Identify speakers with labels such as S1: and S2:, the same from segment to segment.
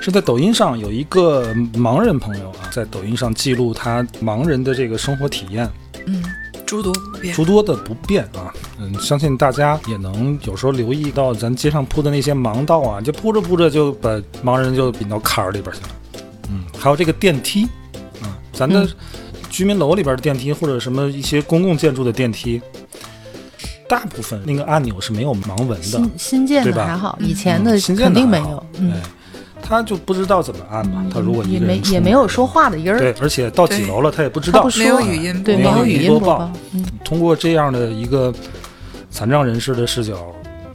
S1: 是在抖音上有一个盲人朋友啊，在抖音上记录他盲人的这个生活体验，
S2: 嗯，诸多不便。
S1: 诸多的不便啊。嗯，相信大家也能有时候留意到，咱街上铺的那些盲道啊，就铺着铺着就把盲人就引到坎儿里边去了。嗯，还有这个电梯，嗯，咱的
S3: 嗯
S1: 居民楼里边的电梯或者什么一些公共建筑的电梯，大部分那个按钮是没有盲文的。
S4: 新新建
S1: 对吧
S4: 的还好，以前
S1: 嗯
S4: 的
S1: 新
S4: 肯
S1: 建的
S4: 定没
S1: 还好
S4: 有，嗯
S1: 哎，他就不知道怎么按嘛。他如果一
S4: 也
S1: 个
S4: 没
S1: 人出
S4: 也没
S1: 门
S4: 有说话的音儿，
S1: 对，而且到几楼了他也不知
S4: 他
S1: 道
S4: 不，
S2: 没有
S4: 说
S2: 语音，
S4: 对，
S1: 没
S4: 没
S1: 有
S4: 有
S1: 语
S4: 语
S1: 音
S4: 音
S1: 播
S4: 播
S1: 报
S4: 报，嗯，
S1: 通过这样的一个残障人士的视角，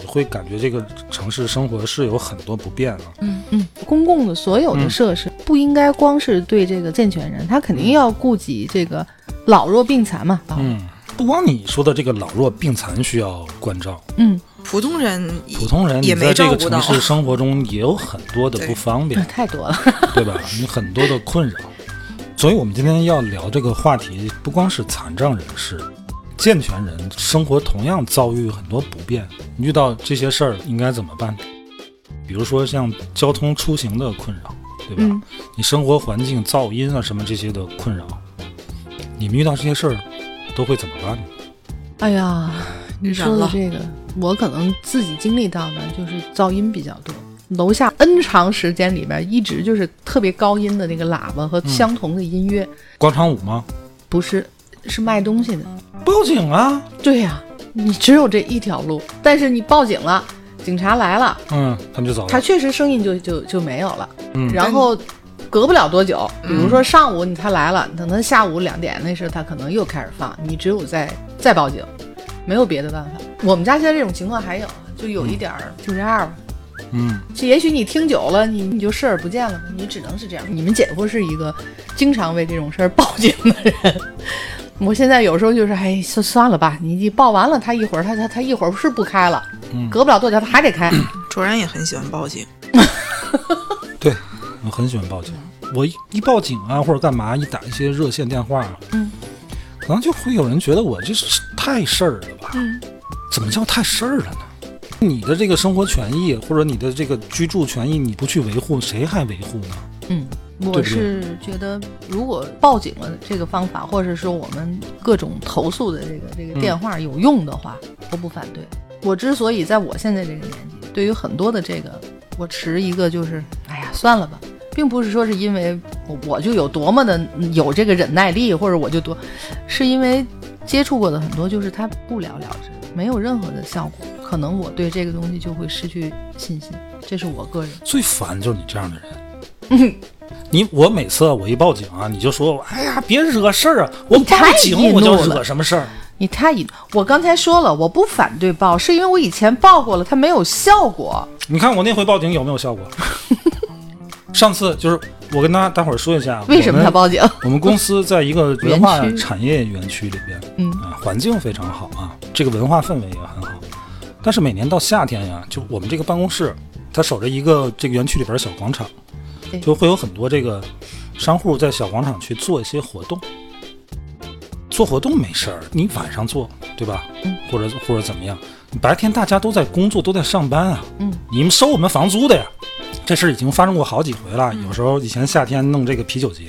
S1: 会感觉这个城市生活是有很多不便了。
S4: 嗯，公共的所有
S1: 嗯
S4: 的设施、不应该光是对这个健全人，他肯定要顾及这个老弱病残嘛。啊
S1: 嗯，不光你说的这个老弱病残需要关照，
S4: 嗯，
S2: 普通人
S1: 普通人你
S2: 也
S1: 在
S2: 没
S1: 这
S2: 照
S1: 个
S2: 顾
S1: 城
S2: 到。
S1: 市生活中也有很多的不
S2: 对
S1: 方便
S4: 那，太多了。
S1: 对 吧？你很多的困扰。所以我们今天要聊这个话题，不光是残障人士，健全人生活同样遭遇很多不便。遇到这些事儿应该怎么办？比如说像交通出行的困扰，对吧？
S4: 嗯，
S1: 你生活环境、噪音啊什么这些的困扰，你们遇到这些事儿都会怎么办呢？
S4: 哎呀，你
S2: 燃
S4: 说的
S2: 了
S4: 这个，我可能自己经历到的就是噪音比较多。楼下 N 长时间里边一直就是特别高音的那个喇叭和相同的音乐，
S1: 广场舞吗？
S4: 不是是卖东西的，
S1: 报警啊！
S4: 对呀、你只有这一条路，但是你报警了，警察来了，
S1: 嗯，他们就走
S4: 他
S1: 了。
S4: 确实声音就就就没有了。
S1: 嗯
S4: 然后隔不了多久，比如说上午你他来了，等他下午两点那时候他可能又开始放，你只有再再报警，没有别的办法。我们家现在这种情况还有，就有一点儿就这样吧。
S1: 嗯，
S4: 这也许你听久了，你你就视而不见了，你只能是这样。你们姐夫是一个经常为这种事儿报警的人，我现在有时候就是，哎，算算了吧，你你报完了，他一会儿他他他一会儿是不开了，
S1: 嗯
S4: 隔不了多久他还得开。
S2: 卓然也很喜欢报警，
S1: 对，我很喜欢报警。
S4: 嗯
S1: 我一一报警啊，或者干嘛，一打一些热线电话，啊
S4: 嗯，
S1: 可能就会有人觉得我这是太事儿了吧？嗯，怎么叫太事儿了呢？你的这个生活权益或者你的这个居住权益，你不去维护，谁还维护呢？
S4: 嗯，
S1: 对
S4: 我
S1: 不对
S4: 是觉得，如果报警了这个方法，或者是我们各种投诉的这个这个电话有用的话，我不反对。我之所以在我现在这个年纪，对于很多的这个，我持一个就是，哎呀，算了吧，并不是说是因为我我就有多么的有这个忍耐力，或者我就多，是因为接触过的很多就是它不了了之，没有任何的效果，可能我对这个东西就会失去信心，这是我 个人。
S1: 最烦就是你这样的人。你我每次我一报警啊，你就说我哎呀别惹事儿啊，我
S4: 你
S1: 报
S4: 太易
S1: 警
S4: 怒
S1: 我就
S4: 了
S1: 惹什么事儿？
S4: 你太以我刚才说了，我不反对报，是因为我以前报过了，它没有效果。
S1: 你看我那回报警有没有效果？ 上次就是我跟大大伙儿说一下，啊
S4: 为什么
S1: 我
S4: 他
S1: 们
S4: 报警？
S1: 我们公司在一个文化
S4: 园区
S1: 产业园区里边，
S4: 嗯
S1: 啊，环境非常好啊，这个文化氛围也很好。但是每年到夏天呀、就我们这个办公室，它守着一个这个园区里边儿小广场
S4: 对，
S1: 就会有很多这个商户在小广场去做一些活动。做活动没事儿，你晚上做，对吧？
S4: 嗯
S1: 或者或者怎么样？白天大家都在工作，都在上班啊。
S4: 嗯，
S1: 你们收我们房租的呀？这事儿已经发生过好几回了。有时候以前夏天弄这个啤酒节，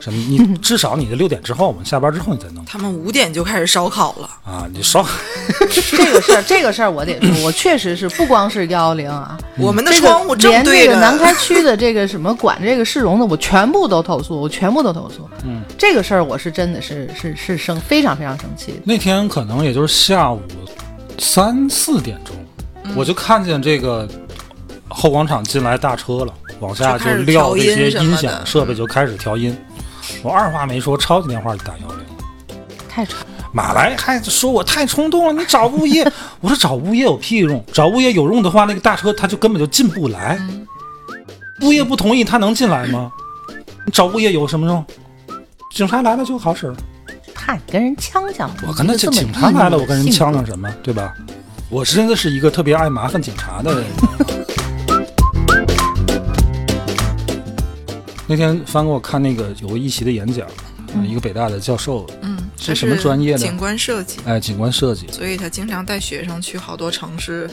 S1: 什么 你至少你得六点之后，我们下班之后你再弄
S2: 他们五点就开始烧烤了，
S1: 啊。你 烧
S4: 这个事儿，这个事儿我得说，我确实是不光是幺幺零啊，
S2: 我们的
S4: 这
S2: 窗户
S4: 个
S2: 正
S4: 连
S2: 对
S4: 这
S2: 着
S4: 个南开区的这个什么管这个市容的，我全部都投诉，我全部都投诉。
S1: 嗯，
S4: 这个事儿我是真的是是是生非常非常生气。
S1: 那天可能也就是下午三四点钟，
S2: 嗯
S1: 我就看见这个后广场进来大车了，往下就
S2: 就开始
S1: 撂
S2: 调
S1: 这
S2: 音
S1: 些
S2: 什
S1: 音
S2: 么
S1: 响
S2: 的嗯
S1: 设备，就开始调音。我二话没说，抄起电话就打幺零。
S4: 太吵，
S1: 马来还说我太冲动了，你找物 业，我嗯说找物业有屁用？找物业有用的话，那个大车它就根本就进不来。物业不同意，他能进来吗？你找物业有什么用？警察来了就好使了。
S4: 怕你跟人呛呛。
S1: 我跟他
S4: 这
S1: 警警
S4: 么
S1: 察来了，我跟人呛
S4: 了。
S1: 呛什么，对吧？我真的是一个特别爱麻烦警察的人。 那天翻给我看那个有个一席的演讲，呃一个北大的教授，
S2: 嗯，
S1: 是
S2: 他
S1: 什么专业的
S2: 景观设计，
S1: 哎，景观设计，
S2: 所以他经常带学生去好多城市，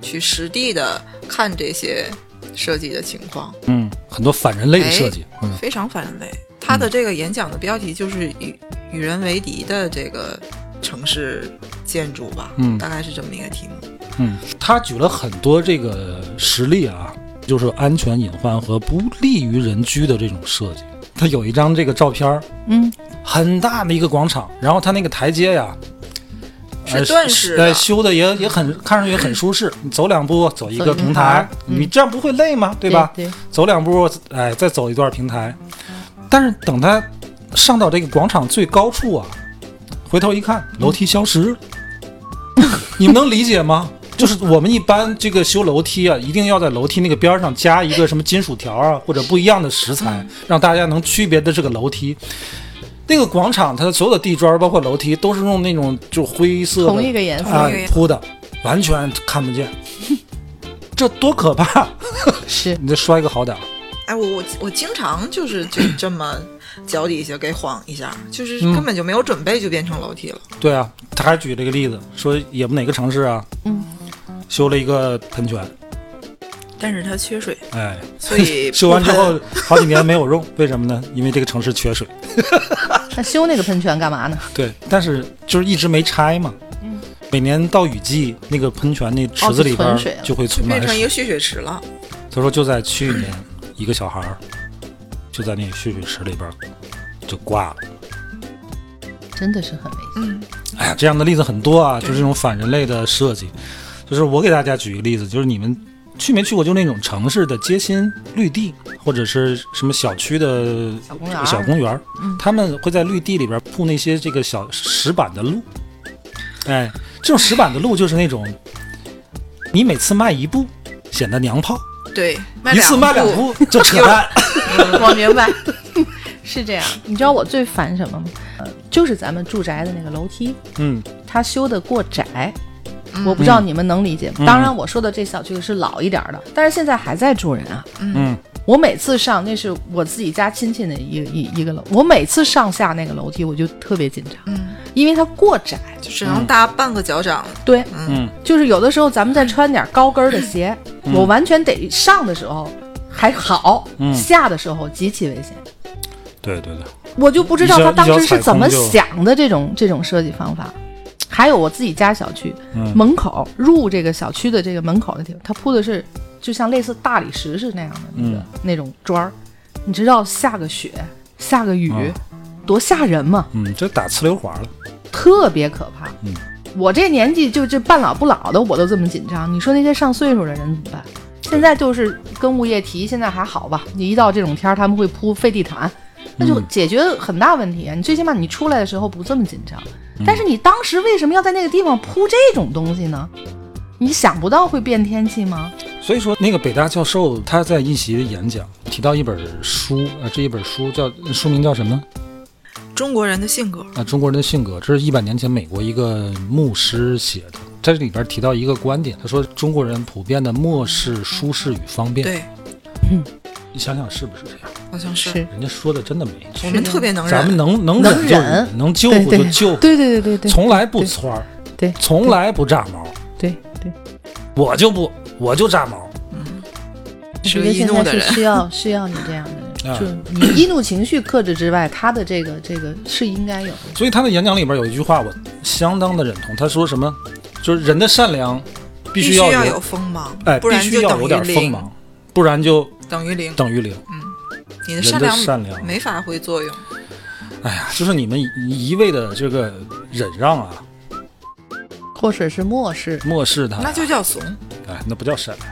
S2: 去实地的看这些设计的情况，
S1: 嗯，很多反人类的设
S4: 哎
S1: 计，嗯，
S2: 非常反人类。他的这个演讲的标题就是与“与人为敌”的这个城市建筑吧，
S1: 嗯
S2: 大概是这么一个题目。
S1: 嗯，他举了很多这个实例啊，就是安全隐患和不利于人居的这种设计。他有一张这个照片儿，
S4: 嗯，
S1: 很大的一个广场，然后他那个台阶呀，
S2: 是
S1: 呃
S2: 断式的
S1: 呃，修的也也很看上去也很舒适。你走两步走一
S4: 走
S1: 个
S4: 一个
S1: 平
S4: 平
S1: 台
S4: 台，嗯
S1: 你这样不会累吗？对
S4: 对
S1: 吧？
S4: 对，
S1: 走两步，哎，再走一段平台。但是等他上到这个广场最高处啊，回头一看，楼梯消失了。
S4: 嗯
S1: 你们能理解 吗？就是我们一般这个修楼梯啊，一定要在楼梯那个边儿上加一个什么金属条啊，或者不一样的石
S4: 嗯
S1: 材，让大家能区别的这个楼梯。那个广场它的所有的地砖，包括楼梯，都是用那种就灰色的
S4: 同一个颜色。
S1: 啊
S2: 同一个
S1: 铺的，完全看不 见。这多可怕！
S4: 是
S1: 你再摔个好点儿。
S2: 哎，我我我经常就是就这么脚底下给晃一下，就是
S1: 嗯
S2: 根本就没有准备就变成楼梯了。
S1: 对啊，他还举了一个例子，说也不哪个城市啊，
S4: 嗯，
S1: 修了一个喷泉，
S2: 但是它缺水，
S1: 哎，
S2: 所以
S1: 修完之
S2: 不
S1: 后
S2: 喷
S1: 好几年没有用，为什么呢？因为这个城市缺水。
S4: 那修那个喷泉干嘛呢？
S1: 对，但是就是一直没拆嘛。
S4: 嗯，
S1: 每年到雨季，那个喷泉那池子里边
S4: 哦就
S1: 儿
S4: 存水了
S1: 就会
S2: 就
S1: 存满
S2: 变成
S1: 水。
S2: 一个蓄水池了。
S1: 他说就在去年，一个小孩儿就在那个蓄水池里边儿就挂了。
S4: 真的是很危险。
S2: 嗯，
S1: 哎呀，这样的例子很多啊，就
S2: 对
S1: 是这种反人类的设计。就是我给大家举一个例子，就是你们去没去过，就那种城市的街心绿地或者是什么小区的
S4: 小公园儿
S1: 小公园儿
S4: 嗯
S1: 他们会在绿地里边铺那些这个小石板的路。哎，这种石板的路就是那种，你每次迈一步显得娘炮，
S2: 对，卖
S1: 一次迈两
S2: 步，
S1: 步就扯 淡。
S4: 我明白，是这样。你知道我最烦什么吗？呃，就是咱们住宅的那个楼梯，
S1: 嗯
S4: 它修得过窄。
S2: 嗯
S4: 我不知道你们能理解吗？
S1: 嗯
S4: 当然，我说的这小区是老一点儿的，但是现在还在住人啊。
S1: 嗯，
S4: 我每次上，那是我自己家亲戚的一个一一个楼，我每次上下那个楼梯我就特别紧张，
S2: 嗯，
S4: 因为它过窄。
S2: 就只能搭半个脚掌。
S4: 对，
S1: 嗯，
S4: 就是有的时候咱们再穿点高跟儿的鞋，我完全得上的时候还好，
S1: 嗯
S4: 下的时候极其危险。
S1: 对对对，
S4: 我就不知道
S1: 一脚
S4: 他当时是怎么想的这种这种设计方法。还有我自己家小区、
S1: 嗯
S4: 门口入这个小区的这个门口的地方，它铺的是就像类似大理石是那样的那个、
S1: 嗯
S4: 那种砖儿，你知道下个雪下个雨、
S1: 嗯
S4: 多吓人吗？
S1: 嗯，这打呲溜滑了。
S4: 特别可怕。
S1: 嗯
S4: 我这年纪就这半老不老的，我都这么紧张，你说那些上岁数的人怎么办？现在就是跟物业提，现在还好吧？你一到这种天儿，他们会铺废地毯，那就
S1: 嗯
S4: 解决很大问题啊！你最起码你出来的时候不这么紧张，
S1: 嗯
S4: 但是你当时为什么要在那个地方铺这种东西呢？你想不到会变天气吗？
S1: 所以说，那个北大教授他在一席的演讲提到一本书，啊，这一本书叫书名叫什么呢？
S2: 中国人的性格，
S1: 啊，中国人的性格，这是一百年前美国一个牧师写的，在这里边提到一个观点，他说中国人普遍的漠视舒适与方便。
S2: 对，
S1: 你想想是不是这样？
S2: 好像是。
S4: 是，
S1: 人家说的真的没错
S2: 我，们特别能
S1: 咱们
S2: 忍，
S1: 能能
S4: 能
S1: 忍就
S4: 忍
S1: 忍，能救
S4: 对
S1: 护
S4: 对
S1: 就救护，
S4: 对对对对对，
S1: 从来不窜儿，
S4: 对
S1: 从来不炸毛，
S4: 对对，
S1: 我就不，我就炸毛。
S2: 是
S4: 我
S2: 个
S4: 觉得
S2: 易
S4: 现
S2: 怒
S4: 在
S2: 的
S4: 是
S2: 人。
S4: 需要需要你这样的
S1: 啊
S4: 人，就是你易怒情绪克制之外，他的这个这个是应该有的。
S1: 所以他的演讲里边有一句话，我相当的认同，他说什么，就是人的善良必须要
S2: 要
S1: 有，
S2: 有锋芒，
S1: 哎，
S2: 不
S1: 必
S2: 然
S1: 须
S2: 就
S1: 要
S2: 等
S1: 有
S2: 于
S1: 点锋
S2: 零，
S1: 芒，不然就
S2: 等于零。
S1: 等于零。
S2: 你的
S1: 人
S2: 善
S1: 的
S2: 良
S1: 善良
S2: 没发挥作用，
S1: 哎呀，就是你们一一味的这个忍让啊，
S4: 或者是漠视。
S1: 漠视他，
S2: 那就叫怂。
S1: 哎，那不叫善良，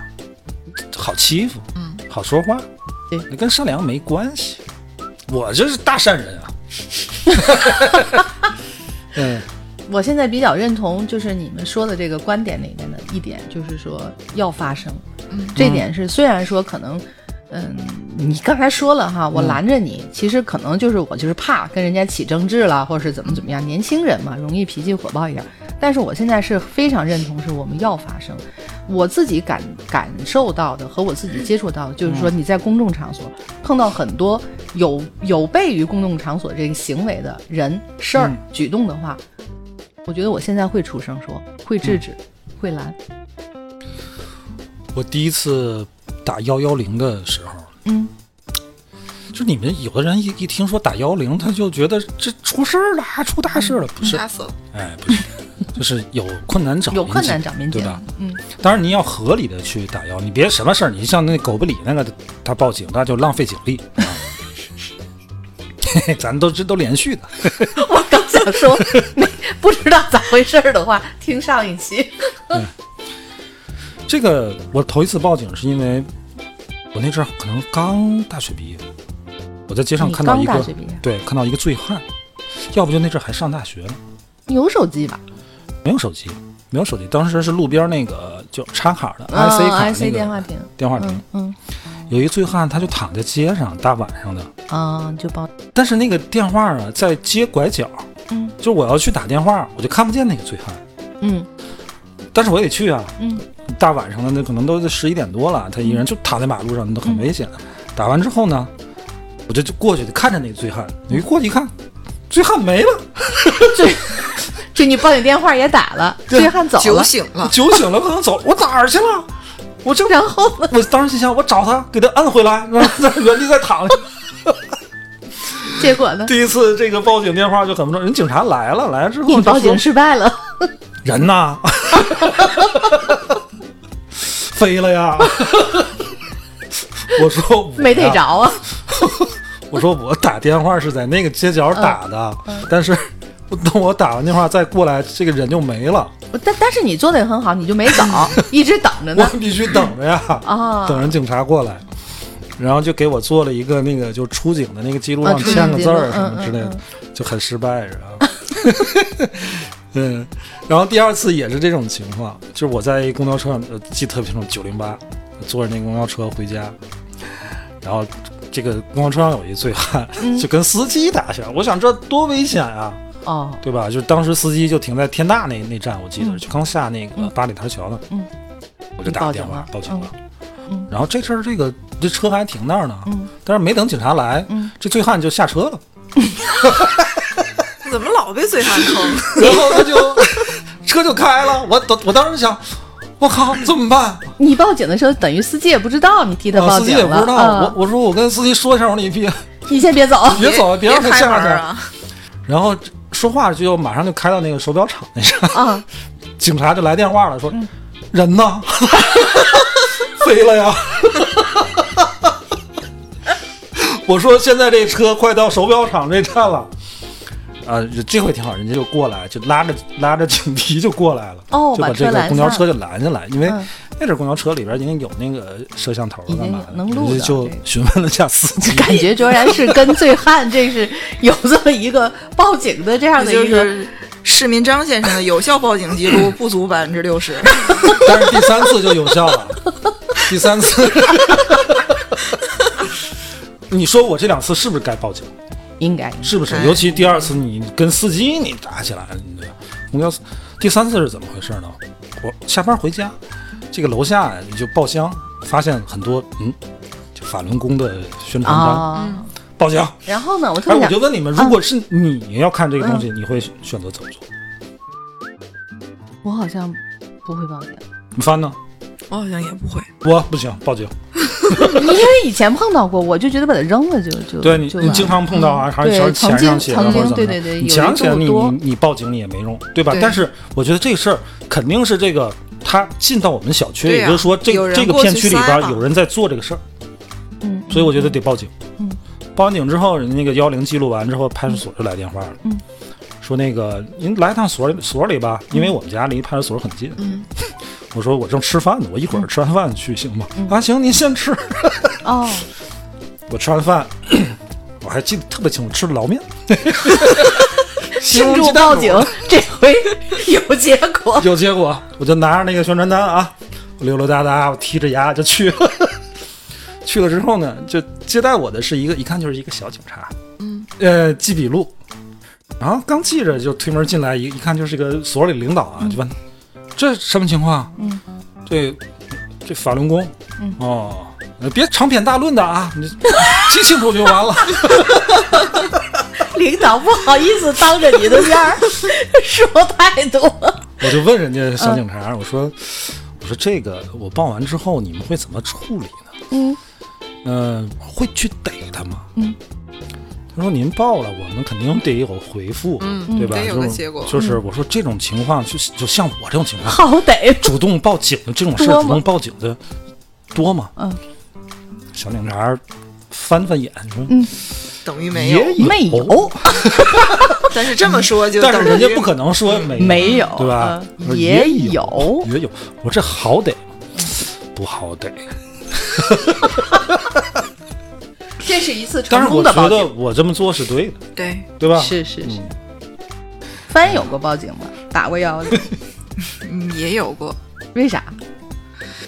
S1: 好欺负，
S2: 嗯，
S1: 好说话，
S4: 对
S1: 那跟善良没关系。我这是大善人啊，嗯
S4: 我现在比较认同，就是你们说的这个观点里面的一点，就是说要发声，
S2: 嗯
S4: 这点是虽然说可能嗯，你刚才说了哈，我拦着你，其实可能就是我就是怕跟人家起争执了，或者是怎么怎么样。年轻人嘛，容易脾气火爆一点。但是我现在是非常认同，是我们要发声。我自己感感受到的和我自己接触到的，就是说你在公众场所碰到很多有有悖于公众场所这个行为的人、事儿
S1: 嗯、
S4: 举动的话，我觉得我现在会出声说，会制
S1: 嗯
S4: 止，会拦。
S1: 我第一次打幺幺零的时候，
S4: 嗯，
S1: 就你们有的人一一听说打幺零，他就觉得这出事儿了，出大事了，不是？
S2: 杀死了。
S1: 哎，不是，就是有困难找
S4: 嗯有困
S1: 民
S4: 难
S1: 警
S4: 找民警
S1: 对吧？
S4: 嗯，
S1: 当然你要合理的去打幺，你别什么事儿，你像那狗不理那个他报警，那就浪费警 力。啊咱都这都连续的，
S4: 我刚想说，没不知道咋回事儿的话，听上一期。
S1: 这个我头一次报警是因为我那阵儿可能刚大学毕业，我在街上
S4: 你
S1: 看到一
S4: 刚大
S1: 个
S4: 学毕业，
S1: 对看到一个醉汉，要不就那阵儿还上大学呢，
S4: 你有手机吧？
S1: 没有手机，没有手机，当时是路边那个就插卡的 IC
S4: 啊
S1: 卡、那个
S4: IC 电话亭，
S1: 电话亭，
S4: 嗯嗯
S1: 有一醉汉他就躺在街上，大晚上的，
S4: 啊，就帮
S1: 但是那个电话啊在街拐角，
S4: 嗯，
S1: 就是我要去打电话，我就看不见那个醉汉，
S4: 嗯
S1: 但是我也得去啊，
S4: 嗯
S1: 大晚上的那可能都十一点多了，他一人就躺在马路上，那都很危险
S4: 嗯
S1: 的。打完之后呢，我就就过去就看着那个醉汉，我一过去一看，醉汉没了，
S4: 醉，就你报警电话也打了，
S1: 对
S4: 醉汉走
S2: 酒
S4: 了，
S2: 醒了，
S1: 酒醒了可能走了，我哪儿去了？我正
S4: 然后呢？
S1: 我当时心想，我找他，给他摁回来，让他 在原地再躺下。
S4: 结果呢？
S1: 第一次这个报警电话就很不正，人警察来了，来了之后
S4: 你
S1: 就
S4: 报
S1: 说
S4: 警失败了，
S1: 人呢？ 飞了呀！我说我呀
S4: 没逮着，啊！
S1: 我说我打电话是在那个街角打的，
S4: 嗯
S1: 但是我等我打完电话再过来，这个人就没了，
S4: 但但是你做的也很好，你就没 走，一直等着
S1: 我
S4: 呢。
S1: 必须等着呀，
S4: 啊
S1: 等着警察过来。然后就给我做了一个那个就出警的那个记录
S4: 啊
S1: 上
S4: 出警
S1: 签个
S4: 记
S1: 字
S4: 录
S1: 儿
S4: 嗯
S1: 什么
S4: 嗯
S1: 之类的，就很失败。然后， 嗯，然后第二次也是这种情况，就是我在一公交车上，呃记得特别清楚，九零八，坐着那公交车回家，然后这个公交车上有一醉汉，
S4: 嗯
S1: 就跟司机打起来，我想这多危险啊！
S4: 哦，
S1: 对吧？就是当时司机就停在天大那那站，我记得、就刚下那个八里台桥呢。
S4: 嗯，
S1: 我就打个电话
S4: 你
S1: 报
S4: 报
S1: 警
S4: 警
S1: 了
S4: 了。嗯
S1: 然后这阵儿这个这车还停那儿呢，
S4: 嗯
S1: 但是没等警察来，
S4: 嗯
S1: 这醉汉就下车了，
S2: 怎么老被醉汉坑？
S1: 然后 他就车就开了。我我我当时想，我靠，怎么办？
S4: 你报警的时候，等于司机也不知道你替他
S1: 啊
S4: 报
S1: 司机
S4: 警
S1: 也不
S4: 了
S1: 知道。
S4: 啊
S1: 我！我说我跟司机说一声，我说你别
S4: 你先别走，
S1: 别走，
S2: 别
S1: 让他
S2: 开门
S1: 下去。
S2: 啊！
S1: 然后说话就马上就开到那个手表厂那上。
S4: 啊！
S1: 警察就来电话了，说、
S4: 嗯
S1: 人呢？ 飞了呀！ 我说现在这车快到手表厂这站了，啊、这回挺好，人家就过来，就拉着拉着警笛就过来了，
S4: 哦
S1: 就把
S4: 把车
S1: 这个
S4: 拦
S1: 公交
S4: 下
S1: 车就拦下来，因为
S4: 嗯
S1: 那阵公交车里边已经有那个摄像头了
S4: 已经
S1: 干嘛的，
S4: 能录
S1: 人
S4: 的
S1: 家就
S4: 这个
S1: 询问了一下司 机，
S4: 感觉卓然是跟醉汉这是有这么一个报警的这样
S2: 这
S4: 的
S2: 就
S4: 一个
S2: 是市民张先生的有效报警记录不足百分之六十，
S1: 但是第三次就有效了，第三次， 你说我这两次是不是该报警？
S4: 应该
S1: 是不是
S2: 哎？
S1: 尤其第二次你跟司机你打起来了，你对吧？公交司第三次是怎么回事呢？我下班回家，这个楼下你就报箱，发现很多嗯，就法轮功的宣传单，
S4: 啊。
S1: 报警。
S4: 然后呢，我特
S1: 嗯哎，
S4: 别
S1: 我
S4: 想嗯
S1: 就问你们，如果是你要看这个东西，你会选择怎么做？
S4: 我好像不会报警，
S1: 你翻呢？
S2: 我好像也不会。
S1: 我不行，报警。
S4: 因为以前碰到过，我就觉得把它扔了就就
S1: 对你，
S4: 就
S1: 你
S4: 完
S1: 经
S4: 了嗯
S1: 常碰到啊，还是
S4: 对
S1: 钱
S4: 曾
S1: 钱上
S4: 经
S1: 写的或
S4: 曾
S1: 者
S4: 经
S1: 怎
S4: 对
S1: 么样
S4: 对对
S1: 你
S4: 有
S1: 钱上
S4: 一
S1: 写的
S4: 度
S1: 你
S4: 多
S1: 你你报警你也没用，对吧？
S2: 对
S1: 但是我觉得这事儿肯定是这个他进到我们小区，
S2: 对
S4: 啊
S1: 也
S2: 呀
S1: 就是说这
S2: 有人
S1: 这个
S2: 过去
S1: 片区里
S2: 撒
S1: 边
S2: 嘛
S1: 有人在做这个事儿，
S4: 嗯，
S1: 所以我觉得得报警。
S4: 嗯，
S1: 报完警之后，人家那个幺零记录完之后，派出所就来电话了。
S4: 嗯。
S1: 说那个，您来趟所里所里吧，因为
S4: 嗯
S1: 我们家离派出所很近。
S2: 嗯，
S1: 我说我正吃饭呢，我一会
S4: 嗯
S1: 儿吃完饭去行吗？啊，行，您先吃。
S4: 哦，
S1: 我吃完饭， 我还记得特别清楚，吃的捞 面，西红
S4: 庆
S1: 柿
S4: 祝
S1: 鸡蛋
S4: 报
S1: 煮
S4: 警，这回有结果。
S1: 有结果，我就拿着那个宣传单啊，我溜溜达达，我踢着牙就去了。 去了之后呢，就接待我的是一个一看就是一个小警察，
S2: 嗯，
S1: 呃，记笔录，然后刚记着就推门进来，一一看就是个所里领导啊，就问这什么情况？
S4: 嗯，
S1: 这这法轮功，
S4: 嗯
S1: 哦，呃别长篇大论的啊，你 听清楚就完了。
S4: 领导不好意思当着你的 面儿说太多，
S1: 我就问人家
S4: 嗯
S1: 小警察，我说我说这个我报完之后你们会怎么处理呢？
S4: 嗯，
S1: 呃，会去逮他吗？
S4: 嗯，
S1: 他说您报了，我们肯定得有回复，
S2: 嗯
S1: 对吧？
S2: 得有个
S1: 就是
S2: 结果
S1: 就是
S4: 嗯
S1: 我说这种情况，就就像我这种情况，
S4: 好歹
S1: 主动报警的这种事，
S4: 多吗
S1: 主动报警的多吗？
S4: 嗯，
S1: 小警察翻翻眼说。
S2: 等于没
S1: 也
S2: 有，
S1: 有，
S4: 嗯没有，
S2: 但是这么说就
S1: 但是人
S2: 等于嗯
S1: 家不可能说没
S4: 没有
S1: 对吧？
S4: 嗯
S1: 我说
S4: 也
S1: 有
S4: 有嗯
S1: 也有，我这好歹不好歹。
S4: 这是一次
S1: 但
S4: 成
S1: 是
S4: 功
S1: 我
S4: 的
S1: 觉
S4: 报
S1: 得
S4: 警。
S1: 我这么做是对的，
S2: 对，
S1: 对吧？
S4: 是是是
S1: 嗯，
S4: 帆有过报警吗？打过幺幺零？
S2: 嗯，也有过。
S4: 为啥？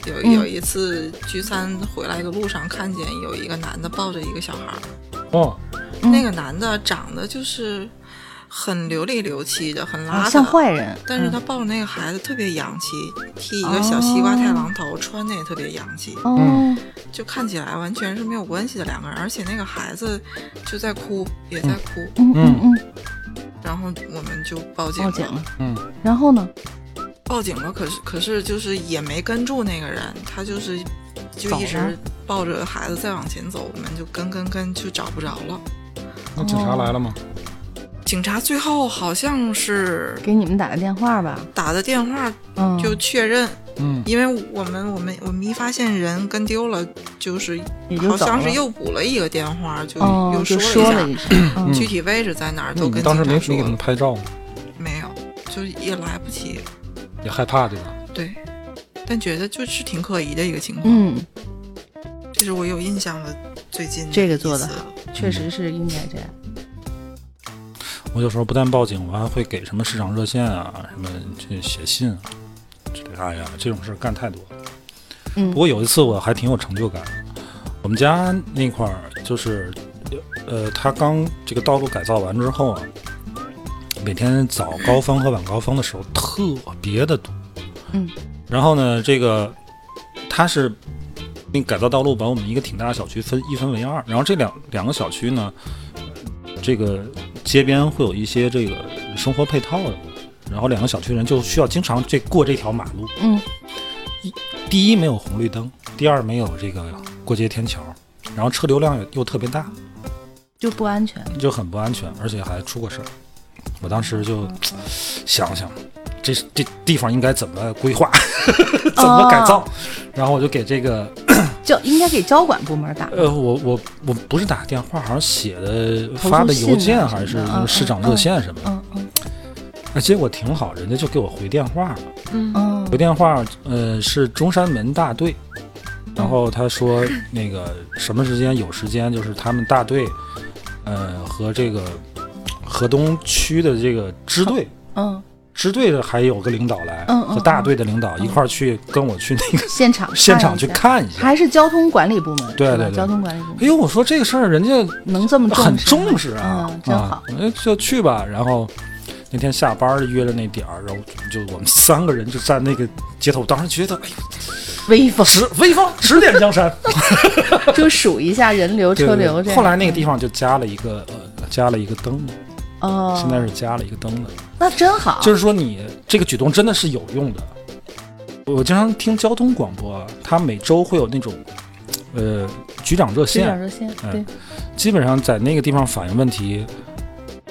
S2: 有
S4: 嗯
S2: 有一次聚餐回来的路上，看见有一个男的抱着一个小孩儿，
S1: 哦，
S2: 那个男的长得就是很流里流气的，很邋
S4: 啊，
S2: 遢，
S4: 像坏人。嗯
S2: 但是他抱着那个孩子特别洋气，剃一个小西瓜太郎头，穿的也特别洋气，
S4: 哦，
S1: 嗯
S2: 就看起来完全是没有关系的两个人，而且那个孩子就在哭，也在哭，
S4: 嗯嗯嗯，
S2: 然后我们就报警
S4: 报警了。
S1: 嗯，
S4: 然后呢？
S2: 报警了，可是可是就是也没跟住那个人，他就是就
S4: 走
S2: 一
S4: 了
S2: 直抱着孩子再往前走，我们就跟跟跟就找不着了。
S1: 那警察来了吗？
S2: 警察最后好像是
S4: 给你们打个电话吧。
S2: 打的电话
S4: 嗯，
S2: 就确认，
S1: 嗯，
S2: 因为我们我们我们一发现人跟丢了，就是
S4: 也就
S2: 好
S4: 走
S2: 像
S4: 了
S2: 是又补了一个电话，就
S4: 哦，
S2: 又
S4: 就
S2: 说了
S4: 了
S2: 一
S4: 一声。
S2: 下
S4: 嗯
S2: 具体位置在哪儿
S1: 那
S2: 都
S1: 你们
S2: 跟警
S1: 当时没没
S2: 察说
S1: 给他们
S2: 了，
S1: 拍照吗？
S2: 没有，就也来不及，
S1: 也害怕这个。
S2: 对，但觉得就是挺可疑的一个情况。
S4: 嗯，
S2: 这是我有印象的最近
S4: 这个做得
S2: 的一次
S4: 好确实是应该这样。
S1: 我有时候不但报警，我还会给什么市场热线啊，什么去写信啊，之类的。哎呀，这种事儿干太多了。
S4: 嗯
S1: 不过有一次我还挺有成就感的，我们家那块儿就是，呃，他刚这个道路改造完之后啊，每天早高峰和晚高峰的时候特别的堵。
S4: 嗯。
S1: 然后呢，这个他是那改造道路把我们一个挺大的小区分一分为二，然后这两两个小区呢，呃这个街边会有一些这个生活配套的，然后两个小区人就需要经常这过这条马路。
S4: 嗯，
S1: 第一没有红绿灯，第二没有这个过街天桥，然后车流量又又特别大，
S4: 就不安全。
S1: 就很不安全，而且还出过事儿。我当时就想想，这这地方应该怎么规划， 怎么改
S4: 哦
S1: 造，然后我就给这个
S4: 交呃应该给交管部门打。
S1: 呃，我我我不是打电话，好像写的
S4: 投诉
S1: 发的邮
S4: 信
S1: 件
S4: 啊
S1: 还
S4: 什
S1: 是
S4: 么的嗯嗯
S1: 市长热线什么的，
S4: 嗯嗯
S1: 哎，结果挺好，人家就给我回电话了。
S4: 嗯
S1: 回，电话，呃，是中山门大队，然后他说那个什么时间有时间，就是他们大队，呃，和这个 河东区的这个支队，
S4: 嗯，
S1: 支队的还有个领导来，
S4: 嗯嗯
S1: 和大队的领导一块儿去跟我去那个
S4: 现场看
S1: 现场去
S4: 一下，
S1: 看一下。
S4: 还是交通管理部门？
S1: 对
S4: 是吧
S1: 对对
S4: 交通管理部
S1: 哎
S4: 门
S1: 呦，我说这个事儿人家
S4: 能这么
S1: 很
S4: 视吗
S1: 重视啊，
S4: 嗯，真
S1: 啊
S4: 好。，
S1: 那就去吧。然后那天下班儿约了那点儿，然后就就我们三个人就站那个街头，当时觉得哎呦，
S4: 威 风
S1: 指威风指点江山。
S4: 就数一下人流
S1: 对
S4: 车
S1: 对
S4: 流这
S1: 对
S4: 样。
S1: 后来那个地方就加了一个呃，加了一个灯，
S4: 哦，
S1: 现在是加了一个灯的，
S4: 那真好，
S1: 就是说你这个举动真的是有用的。我经常听交通广播，啊它每周会有那种呃局长热
S4: 局长
S1: 线，
S4: 热线
S1: 嗯
S4: 对，
S1: 基本上在那个地方反映问题，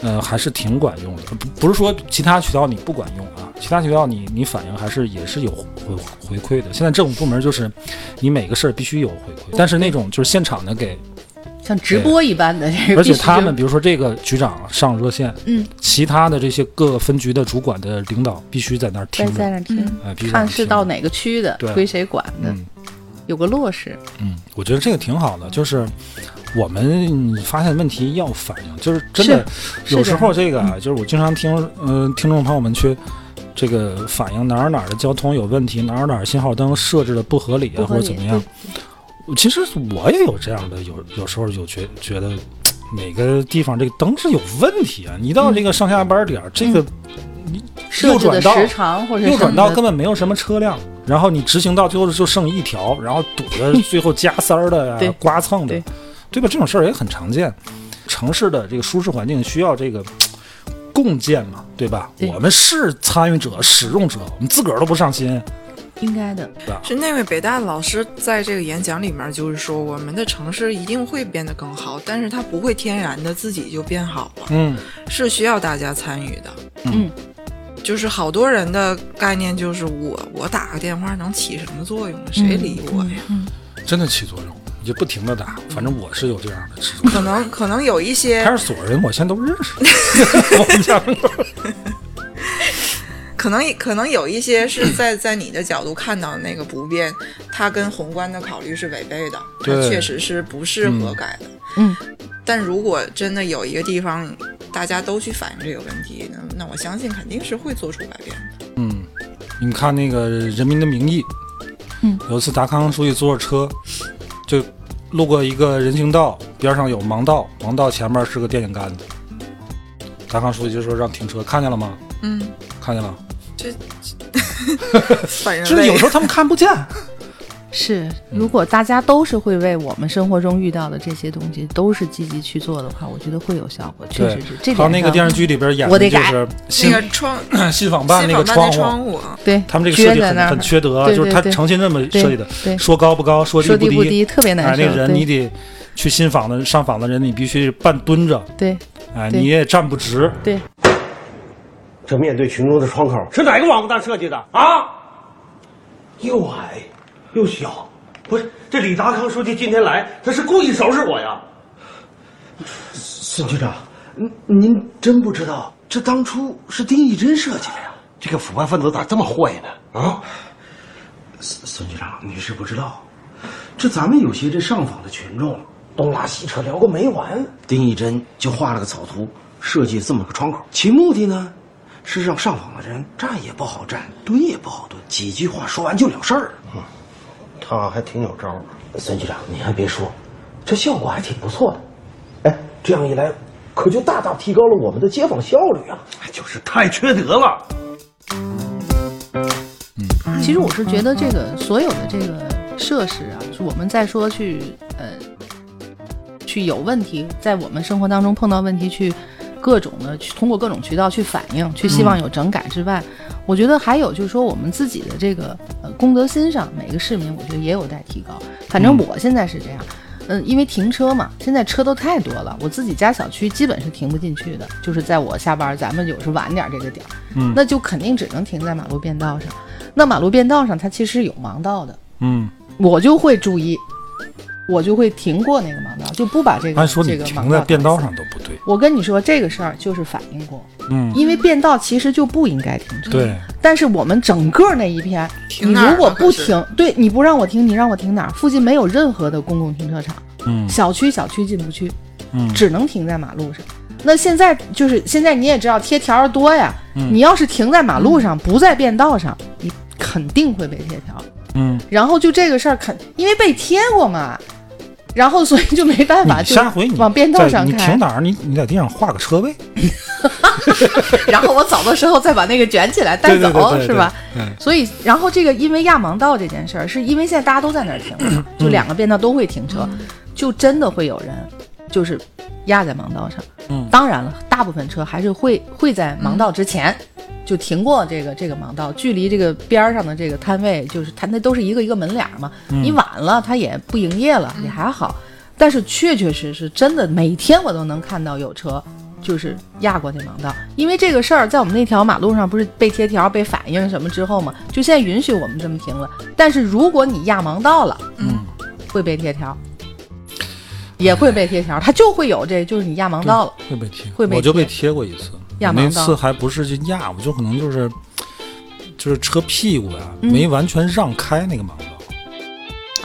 S1: 呃，还是挺管用的。不不是说其他渠道你不管用啊，其他渠道你你反映还是也是有回回回馈的。现在政府部门就是你每个事儿必须有回馈，但是那种就是现场的给，
S4: 像直播一般的这个，
S1: 而且他们比如说这个局长上热线，
S4: 嗯，
S1: 其他的这些各分局的主管的领导必须在那儿听
S4: 在
S1: 着
S4: 在，那听，
S1: 呃，必须在那
S4: 看
S1: 儿
S4: 是
S1: 听
S4: 到
S1: 着。
S4: 哪个区的
S1: 对，
S4: 归谁管的，
S1: 嗯
S4: 有个落实。
S1: 嗯，我觉得这个挺好的，就是我们发现问题要反应，就是真的
S4: 是
S1: 有
S4: 这
S1: 时
S4: 样
S1: 候这个啊，就是我经常听，嗯、听众朋友们去这个反映哪儿哪儿的交通有问题，哪儿哪儿信号灯设置的不合理啊，
S4: 不
S1: 或
S4: 合
S1: 者
S4: 理
S1: 怎么样。其实我也有这样的，有有时候有觉觉得哪个地方这个灯是有问题啊？你到这个上下班点儿，这个
S4: 设
S1: 右
S4: 置的
S1: 转道
S4: 时长或者
S1: 右转
S4: 什么
S1: 道
S4: 的
S1: 根本没有什么车辆，然后你直行道最后就剩一条，然后堵的最后加塞儿的
S4: 对
S1: 呀、刮蹭的
S4: 对，
S1: 对吧？这种事儿也很常见。城市的这个舒适环境需要这个共建嘛，对吧？
S4: 对
S1: 我们是参与者、使用者，我们自个儿都不上心，
S4: 应该的，
S1: 对吧？
S2: 是那位北大老师在这个演讲里面就是说，我们的城市一定会变得更好，但是它不会天然的自己就变好了，
S1: 嗯，
S2: 是需要大家参与的。
S1: 嗯，
S2: 就是好多人的概念就是我我打个电话能起什么作用啊？谁理我呀？
S1: 真的起作用，你就不停的打。反正我是有这样的执着。
S2: 可能可能有一
S4: 嗯
S2: 些
S1: 派出所人我现在都认 识，我们家门口
S2: 可能可能有一些是 在在你的角度看到的那个不变，它跟宏观的考虑是违背的，它
S1: 对
S2: 确实是不适合改的。
S4: 嗯，
S2: 但如果真的有一个地方大家都去反映这个问题，那那我相信肯定是会做出改变的。
S1: 嗯，你看那个《人民的名义》，
S4: 嗯，
S1: 有一次达康书记坐着车，就路过一个人行道，边上有盲道，盲道前面是个电线杆子，达康书记就说让停车，看见了吗？
S2: 嗯，
S1: 看见了，
S2: 反人
S1: 就是
S2: 类
S1: 有时候他们看不 见，
S4: 是，如果大家都是会为我们生活中遇到的这些东西都是积极去做的话，我觉得会有效果，确
S1: 对
S4: 实是。这点
S1: 还有那个
S4: 上
S1: 电视剧里边演
S4: 我
S1: 的
S4: 得
S1: 就
S4: 改
S1: 是
S2: 那
S1: 新
S2: 个窗
S1: 新访办那
S2: 新
S1: 个窗
S2: 访办
S1: 户，
S2: 窗户啊，
S4: 对，
S1: 他们这个设
S4: 撅
S1: 计
S4: 在那
S1: 很
S4: 儿
S1: 很缺德，啊
S4: 对
S1: 就是
S4: 对
S1: 他
S4: 对
S1: 诚心这么设计的，
S4: 对，
S1: 说高不高，说
S4: 说
S1: 低
S4: 不低，特别难
S1: 哎，
S4: 受。
S1: 那个人
S4: 对
S1: 你得去新访的上访的人，你必须半蹲着，
S4: 对
S1: 哎，
S4: 对
S1: 你也站不直，
S4: 对，
S5: 这面对群众的窗口是哪个王八蛋设计的啊？又矮又小，不是这李达康书记今天来，他是故意收拾我呀。
S6: 孙局长，您您真不知道，这当初是丁义珍设计的呀。
S5: 这个腐败分子咋这么坏呢？啊，
S6: 孙局长，你是不知道，这咱们有些这上访的群众，东拉西扯聊个没完。丁义珍就画了个草图，设计这么个窗口，其目的呢，是让上访的人站也不好站，蹲也不好蹲，几句话说完就了事儿。
S5: 他还挺有招儿。
S6: 孙局长，你还别说，这效果还挺不错的。哎，这样一来，可就大大提高了我们的街访效率啊。
S5: 哎就是太缺德了。
S4: 其实我是觉得这个所有的这个设施啊，是我们在说去呃去有问题，在我们生活当中碰到问题去。各种的去通过各种渠道去反映，去希望有整改之外，我觉得还有就是说我们自己的这个呃公德心上，每个市民我觉得也有待提高。反正我现在是这样，嗯，因为停车嘛，现在车都太多了，我自己家小区基本是停不进去的，就是在我下班儿，咱们有时晚点儿这个点儿，
S1: 嗯
S4: 那就肯定只能停在马路变道上。那马路变道上它其实有盲道的，
S1: 嗯，
S4: 我就会注意，我就会停过那个盲道，就不把这个
S1: 按说
S4: 这
S1: 你
S4: 个
S1: 停
S4: 盲
S1: 在
S4: 道
S1: 便
S4: 挡
S1: 道
S4: 死
S1: 上都不对，
S4: 我跟你说这个事儿就是反映过，
S1: 嗯，
S4: 因为变道其实就不应该停车。
S1: 对，
S4: 但是我们整个那一片，
S2: 停
S4: 你
S2: 哪儿
S4: 如果
S2: 呢
S4: 不
S2: 可是
S4: 停，对你不让我停，你让我停哪儿？附近没有任何的公共停车场，
S1: 嗯
S4: 小区小区进不去，
S1: 嗯
S4: 只能停在马路上。那现在就是现在你也知道贴条儿多呀，
S1: 嗯
S4: 你要是停在马路上，不在便道上，你肯定会被贴条。
S1: 嗯，
S4: 然后就这个事儿肯因为被贴过嘛，然后所以就没办法，
S1: 你
S4: 就
S1: 下回你
S4: 往便道
S1: 在
S4: 上
S1: 你
S4: 开
S1: 停，哪儿，你你在地上画个车位，
S4: 然后我走的时候再把那个卷起来带
S1: 对
S4: 走
S1: 对，对对
S4: 是吧？？
S1: 对嗯，
S4: 所以，然后这个因为压盲道这件事儿，是因为现在大家都在那儿停了
S1: 嗯
S4: 嘛，就两个变道都会停车，就真的会有人就是压在盲道上。
S1: 嗯
S4: 当然了，大部分车还是会会在盲道之前。
S1: 嗯
S4: 就停过这个这个盲道，距离这个边儿上的这个摊位，就是它那都是一个一个门脸儿嘛。你
S2: 嗯
S4: 晚了，它也不营业了，也还好。但是确确实实，真的每天我都能看到有车就是压过那盲道，因为这个事儿在我们那条马路上不是被贴条、被反映什么之后嘛，就现在允许我们这么停了。但是如果你压盲道了，
S2: 嗯，
S4: 会被贴条，也会被贴条，它就会有这，就是你压盲道了，
S1: 会被贴，
S4: 会被
S1: 我就被
S4: 贴
S1: 贴过一次，
S4: 压
S1: 我那
S4: 盲道
S1: 次还不是去压，我就可能就是
S4: 嗯
S1: 就是车屁股呀，没完全让开那个盲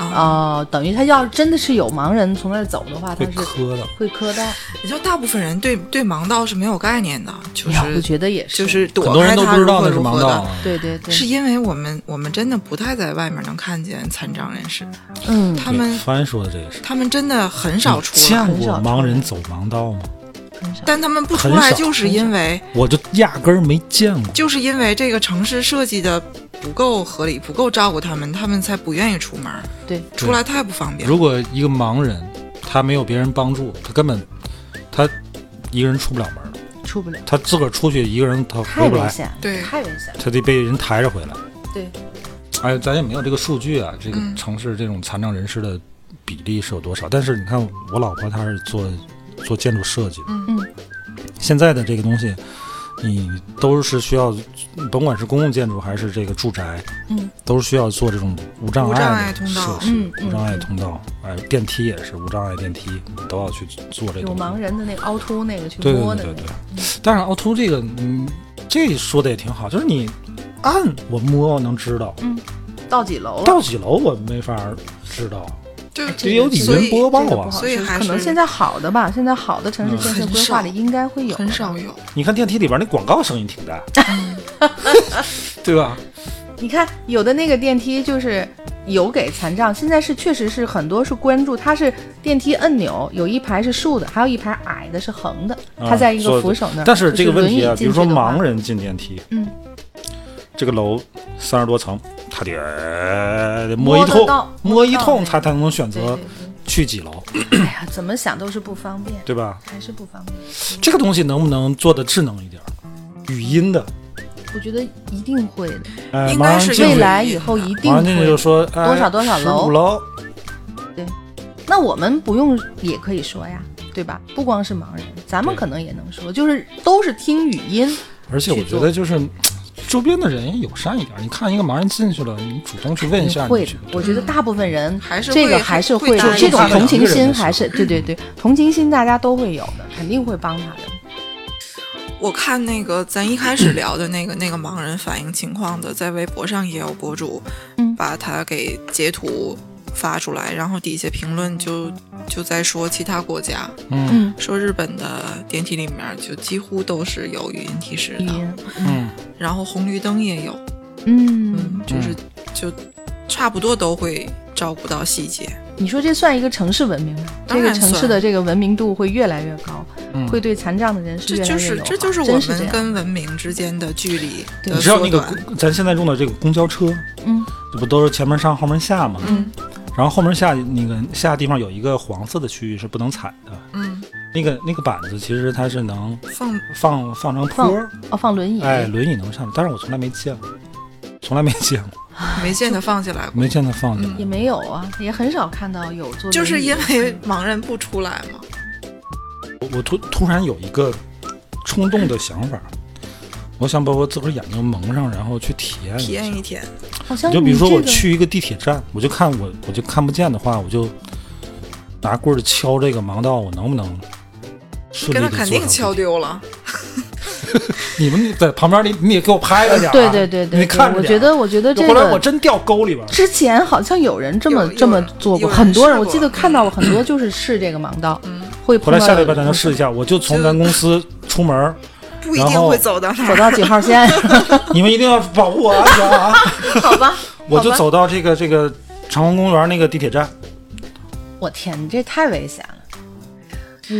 S1: 道，
S4: 啊、等于他要真的是有盲人从那儿走的话，他
S1: 会
S4: 是
S1: 磕的。
S4: 会磕到。
S2: 你说大部分人对对盲道是没有概念的，就
S4: 我
S2: 是
S4: 觉得也是，
S2: 就是躲
S1: 很多人
S2: 开
S1: 都
S2: 它
S1: 不知道那
S2: 如
S1: 是
S2: 何
S1: 盲
S2: 如何
S1: 道
S2: 的。
S1: 啊，
S4: 对对对，
S2: 是因为我们我们真的不太在外面能看见残障人士，
S4: 嗯，
S2: 他
S1: 对嗯
S2: 们
S1: 帆说的这个是。
S2: 他们真的很少出
S1: 见
S2: 来，
S4: 很
S1: 过
S4: 少
S1: 盲人走盲道吗？
S2: 但他们不出
S1: 很
S2: 来
S1: 少
S2: 就是因为
S1: 我就压根儿没见过。
S2: 就是因为这个城市设计的不够合理，不够照顾他们，他们才不愿意出门，
S4: 对，
S2: 出来太不方便。
S1: 如果一个盲人，他没有别人帮助，他根本他一个人出不了门儿，
S4: 出不了，
S1: 他自个儿出去一个人他
S3: 太
S1: 哦回不
S3: 危
S1: 来，
S3: 险。
S2: 对，
S4: 太危险了。
S1: 他得被人抬着回来。
S4: 对，嗯
S1: 哎，咱也没有这个数据啊，这个城市这种残障人士的比例是有多少？但是你看，我老婆她是做做建筑设计的，
S4: 嗯，
S1: 现在的这个东西，你都是需要，甭管是公共建筑还是这个住宅，
S4: 嗯，
S1: 都是需要做这种无障
S2: 无障碍
S1: 碍的
S2: 通
S1: 设
S2: 道
S1: 施，
S4: 嗯嗯
S1: 无障碍通道，哎，电梯也是无障碍电梯，都要去做这个
S4: 有
S1: 东西。
S4: 盲人的那个凹凸那个去
S1: 对对
S4: 摸
S1: 对
S4: 的
S1: 对
S4: 那
S1: 对
S4: 个，。
S1: 当然，凹凸这个，嗯，这说的也挺好，就是你按我摸我能知道，
S4: 嗯到几楼啊了？
S1: 到几楼我没法知道，
S2: 就
S1: 也有
S2: 所
S1: 语音
S2: 以
S1: 播报
S4: 这个不
S1: 啊。
S4: 好
S2: 所以
S4: 说
S2: 还
S4: 可能
S2: 是嗯
S4: 现在好的吧，现在好的城市建设规划里应该会有的
S2: 很少有。
S1: 你看电梯里边那广告声音挺 大，对吧？
S4: 你看，有的那个电梯就是有给残障，现在是确实是很多是关注，它是电梯按钮有一排是竖的，还有一排矮的是横的，它在一个扶手那
S1: 啊
S4: 儿。
S1: 但是这个问题啊，
S4: 就
S1: 比如
S4: 是轮椅进去
S1: 说
S4: 的话
S1: 盲，人进电梯，
S4: 嗯，
S1: 这个楼三十多层，他得呃摸
S4: 摸
S1: 一
S4: 得
S1: 通
S4: 到，
S1: 摸一
S4: 摸得
S1: 通，
S4: 到
S1: 他才能选
S4: 对对
S1: 择去几楼，
S4: 对，哎呀，怎么想都是不方便，
S1: 对吧？
S4: 还是不方便。
S1: 这个东西能不能做的智能一点儿？语音的，
S4: 我觉得一定会的，
S1: 呃，
S2: 应
S1: 盲
S2: 该
S1: 人
S2: 是
S1: 进去
S2: 有
S4: 未来以后一定
S1: 盲人进去就
S4: 会。
S1: 说哎
S4: 多少多少
S1: 十
S4: 楼
S1: 五楼，
S4: 那我们不用也可以说呀，对吧？不光是盲人，咱们
S1: 对
S4: 可能也能说，就是都是听语音，
S1: 而且我
S4: 去
S1: 觉
S4: 做
S1: 得就是。周边的人也友善一点儿，你看一个盲人进去了，你主动去问一下，
S4: 会
S1: 你
S4: 的
S1: 去，
S4: 我觉得大部分人
S2: 还是会
S4: 这个还是
S2: 会
S4: 会的
S2: 搭，一
S4: 这种
S1: 下
S4: 同情
S1: 两个人
S4: 心
S1: 的时候
S4: 还是对对对，同情心大家都会有的，肯定会帮他的。
S2: 我看那个咱一开始聊的那个那个盲人反映情况的，在微博上也有博主，
S4: 嗯
S2: 把他给截图发出来，然后底下评论就就在说其他国家，
S1: 嗯
S2: 说日本的电梯里面就几乎都是有语音提示
S4: 语
S2: 的，
S4: 音，
S1: 嗯，
S2: 然后红绿灯也有，
S4: 嗯
S2: 嗯，，就是就差不多都会照顾到细节，
S4: 你说这算一个城市文明吗？
S2: 当
S4: 这
S2: 然
S4: 个城市
S2: 算
S4: 的这个文明度会越来越高，
S1: 嗯
S4: 会对残障的人士
S2: 这
S4: 越来
S2: 就
S4: 越友
S2: 是
S4: 好。
S2: 这就是我
S4: 真是这
S2: 们
S4: 样
S2: 跟文明之间的距离
S4: 对
S2: 的
S1: 你知道
S2: 缩
S1: 那个
S2: 短。
S1: 公咱现在用的这个公交车，
S4: 嗯，
S1: 这不都是前门上后门下吗？
S2: 嗯
S1: 然后后门下那个下地方有一个黄色的区域是不能踩的，
S2: 嗯，
S1: 那个那个板子其实它是能
S2: 放
S1: 放放成坡儿，
S4: 哦，放轮椅，
S1: 哎，轮椅能上，但是我从来没见过，从来没见过，
S2: 没见他放下来过。嗯
S1: 没见它放下来。
S4: 也没有啊，也很少看到有做轮椅的。
S2: 就是因为盲人不出来
S1: 哎
S2: 嘛。
S1: 我我突突然有一个冲动的想法，我想把我自个儿眼睛蒙上，然后去体验
S2: 体
S1: 一下
S2: 验。一天，
S4: 好像
S1: 你就比如说
S4: 这
S1: 我
S4: 个
S1: 去一个地铁站，我就看我我就看不见的话，我就拿棍儿敲这个盲道，我能不能顺
S2: 跟
S1: 利
S2: 他
S1: 的
S2: 肯定敲丢了。
S1: 你们在旁边，你你也给我拍 着点、啊。
S4: 对对对对，
S1: 你看着
S4: 我
S1: 点
S4: 觉
S1: 儿啊
S4: 得我觉得这
S1: 后来我
S4: 个。
S1: 真掉沟里边儿了。
S4: 之前好像有人这么
S2: 有有
S4: 这么
S2: 人
S4: 做过，
S2: 有人
S4: 很多人
S2: 试
S4: 我
S2: 过
S4: 记得看到过很多就是试这个盲道，会
S1: 嗯后
S4: 碰
S1: 来
S4: 到
S1: 下礼拜咱就
S4: 有
S1: 试一下，我就从咱公司出门儿，
S2: 不一定会走到那
S4: 走
S2: 儿。
S4: 到几 号线？
S1: 你们一定要保护我安全啊！
S4: 好吧，
S1: 我就走到这个这个长虹公园那个地铁站，
S4: 我天，你这太危险了！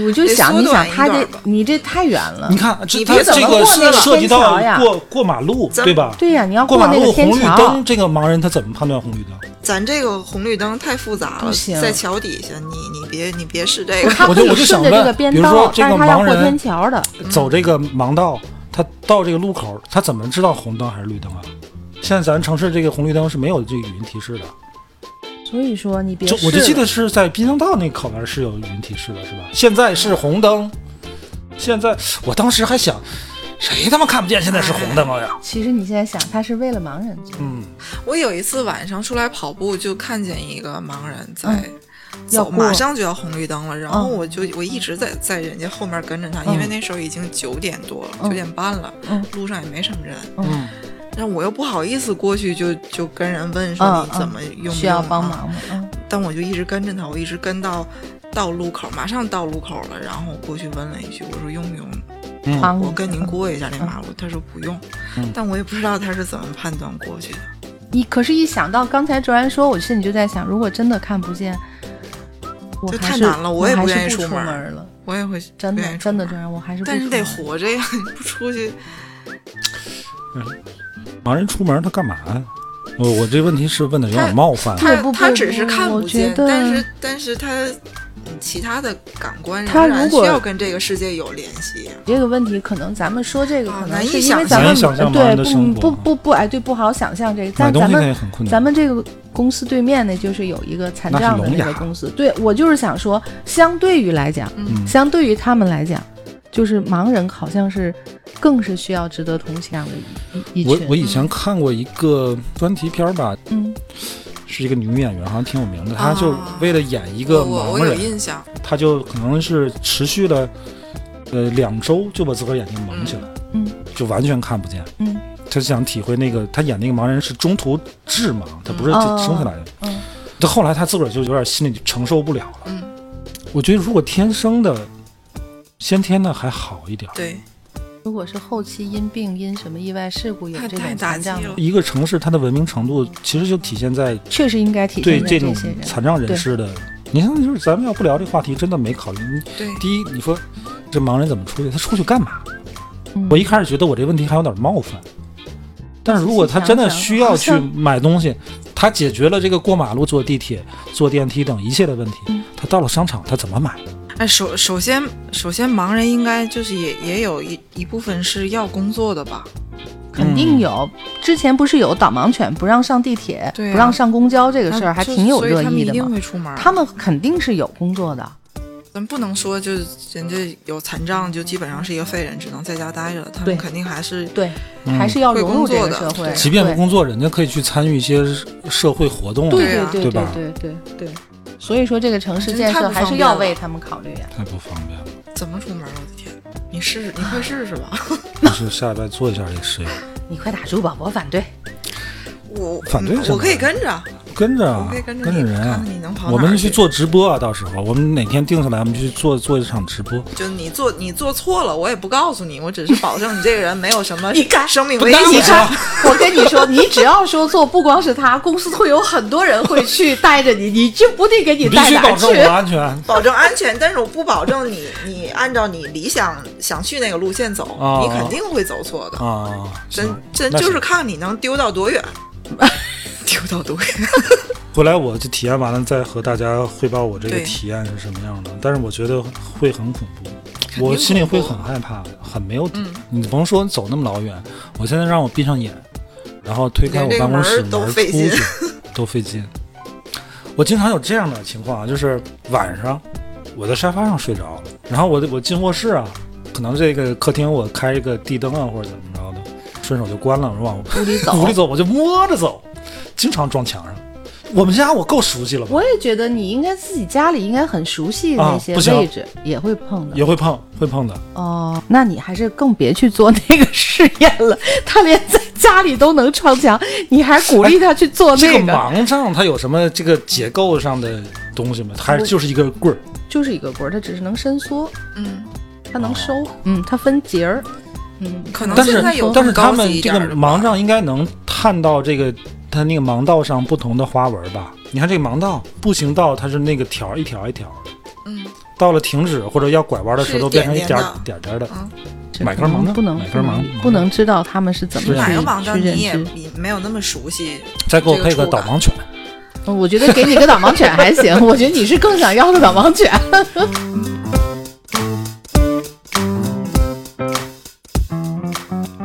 S4: 我就
S2: 得
S4: 想，
S2: 缩
S4: 你
S2: 短
S4: 想
S2: 一
S4: 他
S2: 段
S4: 这
S2: 吧
S4: 你这太远了
S1: 你。看这
S2: 你
S1: 它
S2: 别怎
S1: 这
S4: 么
S1: 个
S4: 过那个
S1: 涉及
S4: 天桥
S1: 到
S4: 呀
S1: 过过马路，
S2: 咱
S1: 对吧？
S4: 对呀、你要
S1: 过
S4: 过
S1: 马
S4: 那个
S1: 路红
S4: 天
S1: 绿
S4: 桥
S1: 灯，，这个盲人他怎么判断红绿灯？
S2: 咱这个红绿灯太复杂
S4: 不
S2: 了，
S4: 行
S2: 在桥底下，你你别你别试这个。
S4: 他
S1: 我
S4: 可
S1: 就
S4: 以
S1: 我就想
S4: 顺着这
S1: 问
S4: 个边
S1: 比如说
S4: 道，
S1: 这
S4: 但
S1: 个
S4: 是他要
S1: 盲
S4: 过
S1: 人
S4: 天桥的。
S1: 走这个盲道，他到这个路口，他怎么知道红灯还是绿灯啊？现在咱城市这个红绿灯是没有这个语音提示的，
S4: 所以说你别
S1: 就
S4: 试
S1: 我就记
S4: 了
S1: 得是在滨江道那个口那儿是有语音提示的，是吧？现在是红灯，现在我当时还想，谁他妈看不见现在是红灯了呀？
S4: 其实你现在想，他是为了盲人做的，
S1: 嗯，
S2: 我有一次晚上出来跑步，就看见一个盲人在
S4: 嗯要
S2: 走，
S4: 过
S2: 马上就要红绿灯了。然后
S4: 嗯
S2: 我就我一直在在人家后面跟着他，因为那时候已经九点多了，
S4: 嗯
S2: 九点半了
S4: 嗯，
S2: 路上也没什么人。
S1: 嗯，
S2: 但我又不好意思过去，就就跟人问说
S4: 嗯
S2: 你怎么用不
S4: 需要
S2: 用啊
S4: 帮忙吗？嗯，
S2: 但我就一直跟着他，我一直跟到到路口，马上到路口了，然后我过去问了一句，我说用不用
S4: 趟
S2: 我跟您过一下
S4: 嗯
S2: 这马路？他说不用，但我也不知道他是怎么判断过去的。
S4: 你可是，一想到刚才卓然说，我心里就在想，如果真的看不见，我
S2: 这
S4: 还
S2: 太
S4: 是
S2: 难了我也
S4: 还
S2: 不
S4: 是
S2: 愿意
S4: 不
S2: 出
S4: 出
S2: 门
S4: 门了。
S2: 我也会
S4: 真
S2: 愿
S4: 的，
S2: 意出
S4: 真的，
S2: 门
S4: 卓然，我还是不
S2: 但是得
S4: 出门
S2: 活着呀， 你不出去，
S1: 盲人出门他干嘛呀？我我这问题是问的有点冒犯啊。
S4: 不
S2: 他
S4: 不
S2: 他
S4: 不
S2: 只是看
S4: 我
S2: 不见，
S4: 觉得
S2: 但是但是他嗯其他的感官
S4: 他
S2: 仍然
S4: 如
S2: 需
S4: 果
S2: 要跟这个世界有联系。
S4: 这个问题可能咱们说这个，
S2: 啊
S4: 可能
S2: 难以
S4: 是因
S2: 想
S4: 为
S2: 象
S4: 咱们
S1: 难以想象盲
S4: 对
S1: 人的生活
S4: 不不不不哎对不好想象这个，
S1: 买
S4: 但
S1: 东
S4: 咱
S1: 西那也
S4: 们
S1: 很困难。
S4: 咱们这个公司对面呢，就是有一个残障的
S1: 那是聋
S4: 那个
S1: 哑
S4: 公司，对我就是想说，相对于来讲，
S2: 嗯
S4: 相对于他们来讲，就是盲人好像是更是需要值得同情的一一一
S1: 我我
S4: 群，
S1: 以前
S2: 嗯
S1: 看过一个专题片儿吧，
S4: 嗯，
S1: 是一个女演员，好像挺有名的。她就
S2: 啊
S1: 为了演一
S2: 我
S1: 个
S2: 我
S1: 盲
S2: 我有
S1: 人，
S2: 印象，
S1: 她就可能是持续了呃两周就把自个儿眼睛蒙起来，
S4: 嗯，
S1: 就完全看不见，
S4: 嗯，
S1: 她想体会那个她演那个盲人是中途致盲，她不是
S4: 嗯哦
S1: 生下来的，
S4: 嗯，
S1: 她后来她自个儿就有点心里承受不了了。
S2: 嗯，
S1: 我觉得如果天生的先天的还好一点儿，
S2: 对，
S4: 如果是后期因病因什么意外事故有
S2: 太
S4: 这
S2: 太
S4: 种
S2: 打
S4: 残
S2: 击
S4: 障的
S2: 了，。
S1: 一个城市它的文明程度其实就体现在
S4: 确实应该体
S1: 对
S4: 现在
S1: 这种
S4: 些人。
S1: 残障人士的，你看，就是咱们要不聊这话题，真的没考虑。你
S2: 对
S1: 第一，你说这盲人怎么出去？他出去干嘛？
S4: 嗯
S1: 我一开始觉得我这问题还有点冒犯，但是如果他真的需要去
S4: 想想
S1: 买东西，他解决了这个过马路、坐地铁、坐电梯等一切的问题，
S4: 嗯
S1: 他到了商场他怎么买？
S2: 哎，首首先首先盲人应该就是也也有一一部分是要工作的吧？
S4: 肯
S1: 嗯
S4: 定有。之前不是有导盲犬不让上地铁、
S2: 对啊
S4: 不让上公交这个事儿，
S2: 那
S4: 还
S2: 就
S4: 挺有
S2: 所以
S4: 热
S2: 他们
S4: 议
S2: 一
S4: 的
S2: 定
S4: 嘛。
S2: 会出门。
S4: 他们肯定是有工作的，
S2: 咱不能说就是人家有残障就基本上是一个废人，只能在家待着。他
S4: 对
S2: 们肯定还是
S4: 对，还是要
S2: 会
S4: 融入这
S2: 工
S4: 个
S2: 作
S4: 社
S2: 的
S4: 会。
S1: 嗯
S2: 对
S1: 即便不
S4: 对
S1: 工作，人家可以去参与一些社会活动啊，
S4: 对
S2: 对啊
S4: 对
S1: 对
S4: 对
S1: 吧
S4: 对对对对，所以说这个城市建
S2: 真
S4: 设
S2: 的太
S4: 还
S2: 不方
S4: 是
S2: 便了
S4: 要为他们考虑啊呀、
S1: 太不方便了。
S2: 怎么出门？我的天！你试试，你快试试 吧。
S1: 就是下礼拜做一下这个实验，
S4: 你快打住吧，我反对。
S2: 我
S1: 反对什么
S2: 我可以跟着，
S1: 跟着啊
S2: 我可以，跟着
S1: 跟着
S2: 你
S1: 人啊
S2: 看看你能跑，哪儿
S1: 我们
S2: 去
S1: 去做直播啊，到时候我们哪天定下来，我们去做做一场直播。
S2: 就你做你做错了，我也不告诉你，我只是保 证你这个人没有什么生命危
S4: 你
S2: 险。
S4: 看，我跟你说，你只要说做，不光是他，公司会有很多人会去带着你，你就不定给你
S1: 你必
S4: 带
S1: 须
S4: 哪
S1: 保
S4: 儿
S1: 证我的
S4: 去。
S1: 安全啊！
S2: 保证安全，但是我不保证你你按照你理想想去那个路线走，
S1: 哦
S2: 你肯定会走错的。真
S1: 行
S2: 真
S1: 啊那
S2: 就
S1: 行
S2: 是看你能丢到 多远，丢到多远。
S1: 回来我就体验完了，再和大家汇报我这个
S2: 对
S1: 体验是什么样的。但是我觉得会很恐怖，
S2: 定
S1: 我心里会
S2: 恐
S1: 很
S2: 怖
S1: 害怕，很没有底。你甭说走那么老远，我现在让我闭上眼，然后推开我办公室
S2: 连这个
S1: 门儿
S2: 门儿都费
S1: 出
S2: 劲
S1: 去，都费劲。我经常有这样的情况啊，就是晚上我在沙发上睡着了，然后我我进卧室啊，可能这个客厅我开一个地灯啊或者怎么着的，顺手就关了，我往
S4: 屋里走
S1: 屋里走，我就摸着走，经常撞墙上。我们家我够熟悉了吧？
S4: 我也觉得你应该自己家里应该很熟悉
S1: 啊
S4: 那些
S1: 不行
S4: 位置，也会碰
S1: 也
S4: 的。
S1: 会碰，会碰的。
S4: 哦，那你还是更别去做那个试验了。 他连在家里都能撞墙，你还鼓励他去做
S1: 这
S4: 那
S1: 个
S4: 个，
S1: 盲杖它有什么这个结构上的东西吗？它还是就是一根棍儿，
S4: 就是一个棍儿，它只是能伸缩，
S2: 嗯，
S4: 它能收，
S1: 哦
S4: 嗯，它分节儿，嗯，
S2: 可能
S1: 但是
S2: 现在有
S1: 但是
S2: 更
S1: 他
S2: 高级
S1: 们
S2: 一
S1: 这
S2: 点
S1: 个
S2: 的
S1: 盲
S2: 吧
S1: 杖应该能探到这个它那个盲道上不同的花纹吧？你看这个盲道步行道，它是那个条儿一条儿一条儿的，
S2: 嗯，
S1: 到了停止或者要拐弯的时候，
S2: 是
S1: 变成一
S2: 点
S1: 点
S2: 点
S1: 儿
S2: 的
S1: 点儿
S2: 哦
S1: 点儿的。
S4: 这
S1: 买
S4: 可
S1: 根
S4: 能
S1: 盲杖
S4: 不能
S1: 买根
S4: 不
S1: 盲
S4: 能
S1: 杖
S4: 不能知道他们是怎么
S1: 是啊
S2: 哪
S1: 买
S2: 个盲杖
S4: 去去
S2: 你也
S4: 认知。
S2: 比没有那么熟悉。
S1: 再给我
S2: 这个
S1: 配个
S2: 触
S1: 导
S2: 感
S1: 盲犬。
S4: 嗯我觉得给你个导盲犬还 行，我觉得你是更想要个导盲犬。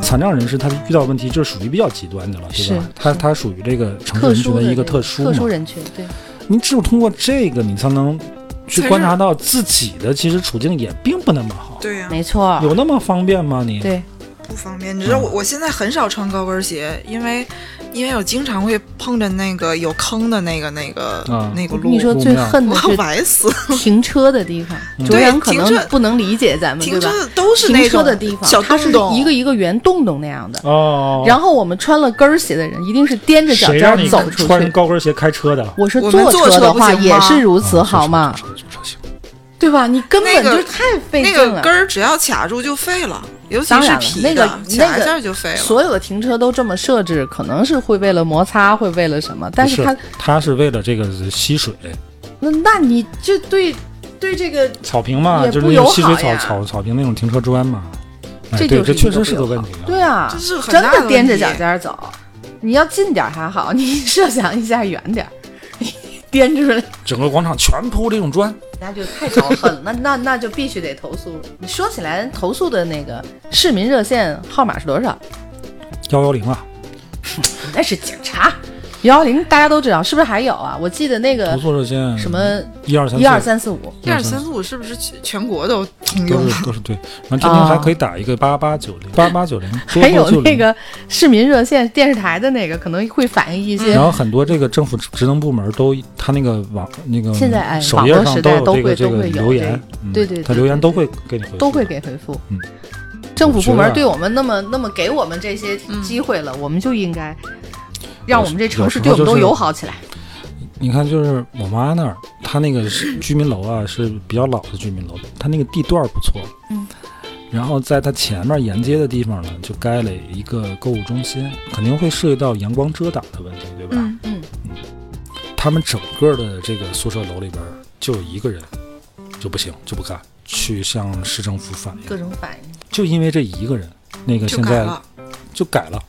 S1: 残障人士他遇到问题就是属于比较极端的了，对吧
S4: 是？
S1: 他他属于这个城市
S4: 特
S1: 人群
S4: 殊
S1: 一个
S4: 这
S1: 特殊嘛。
S4: 人群，对，
S1: 你只有通过这个，你才能去观察到自己的其实处境也并不那么好。
S2: 对呀、
S4: 没错，
S1: 有那么方便吗？你
S4: 对，
S1: 嗯
S2: 不方便。你知道我我现在很少穿高跟鞋，因为因为我经常会碰着那个有坑的那个那个、
S1: 啊
S2: 那个路，
S4: 你说最恨的
S2: 我
S4: 是
S2: 崴死。
S4: 停车的地 方，
S2: 对
S4: 卓阳可
S2: 停车
S4: 能不能理解咱们，
S2: 停
S4: 对吧
S2: 车？都是那
S4: 停车
S2: 种
S4: 的地方，
S2: 小
S4: 它是
S2: 洞洞
S4: 一个一个圆洞洞那样的。
S1: 哦，
S4: 然后我们穿了跟儿鞋的人，一定是踮着脚
S1: 谁
S4: 尖
S1: 让
S4: 儿
S1: 你
S4: 走出
S1: 穿
S4: 去。
S1: 高跟鞋开车的？
S4: 我是
S2: 我们
S4: 坐
S2: 坐车
S4: 的
S2: 不
S4: 话
S2: 行
S4: 也
S2: 吗
S4: 是如此，好吗？
S1: 嗯坐车？坐车坐车坐车
S4: 对吧？你根本
S2: 那个
S4: 就太费
S2: 那
S4: 劲
S2: 个
S4: 了。
S2: 根儿只要卡住就废了，尤其
S4: 当
S2: 是
S4: 然了，
S2: 皮的，
S4: 那个
S2: 卡
S4: 那
S2: 一下
S4: 个
S2: 就废了。
S4: 所有的停车都这么设置，可能是会为了摩擦，会为了什么？但
S1: 不是
S4: 它，
S1: 它是为了这个吸水
S4: 那那你这对对这个
S1: 草坪嘛，
S4: 也
S1: 就是
S4: 不
S1: 那种
S4: 友
S1: 吸水
S4: 好
S1: 草
S4: 呀
S1: 草草坪那种停车砖嘛。哎，
S4: 这
S1: 对，
S4: 就是
S1: 这确
S4: 一个
S1: 实是个
S4: 不
S1: 问
S4: 友好
S1: 题啊。
S4: 对啊，
S2: 这是很
S4: 真
S2: 大
S4: 的
S2: 的问
S4: 踮着
S2: 题
S4: 脚尖儿走，你要近点儿还好，你 设想一下远点儿，你 踮出来，
S1: 整个广场全铺这种砖，
S4: 那就太招恨了。那那那就必须得投诉。你说起来，投诉的那个市民热线号码是多少？
S1: 幺幺零啊，
S4: 那是警察幺幺零，大家都知道，是不是还有啊？我记得那个
S1: 投诉热线
S4: 什么
S1: 一二三
S4: 一二三四五，
S2: 一二三四五是不是全全国都通
S1: 都
S2: 用了？
S1: 是都是对，然后天津还可以打一个八八九零八八九零，多
S4: 啊还
S1: 多
S4: 有
S1: 九
S4: 那
S1: 零。
S4: 个市民热线电视台的那个，可能会反映一些
S1: 然后很多这个政府职能部门都，他那个网那个
S4: 现在哎
S1: 首页
S4: 网络
S1: 上
S4: 时代
S1: 有这个
S4: 都会
S1: 这
S4: 都
S1: 个
S4: 会有
S1: 留言，嗯
S4: 对对对
S1: 他留言都会给你回复，
S4: 都会给回复。
S1: 嗯，
S4: 政府部
S1: 我觉
S4: 门
S1: 得
S4: 对我们那么那么给我们这些机会了，我们就应该让我们
S1: 呃
S4: 这城市对我们都友好起来。
S1: 你看，就是我妈那儿，她那个是居民楼啊，是比较老的居民楼，她那个地段儿不错。嗯。然后在它前面沿街的地方呢，就盖了一个购物中心，肯定会涉及到阳光遮挡的问题，对吧？
S2: 嗯
S4: 嗯
S1: 他们整个的这个宿舍楼里边儿就有一个人就不行，就不干，去向市政府反映，
S4: 各种反应，
S1: 就因为这一个人，那个
S2: 就
S1: 现
S2: 改
S1: 在
S2: 了。
S1: 就改了。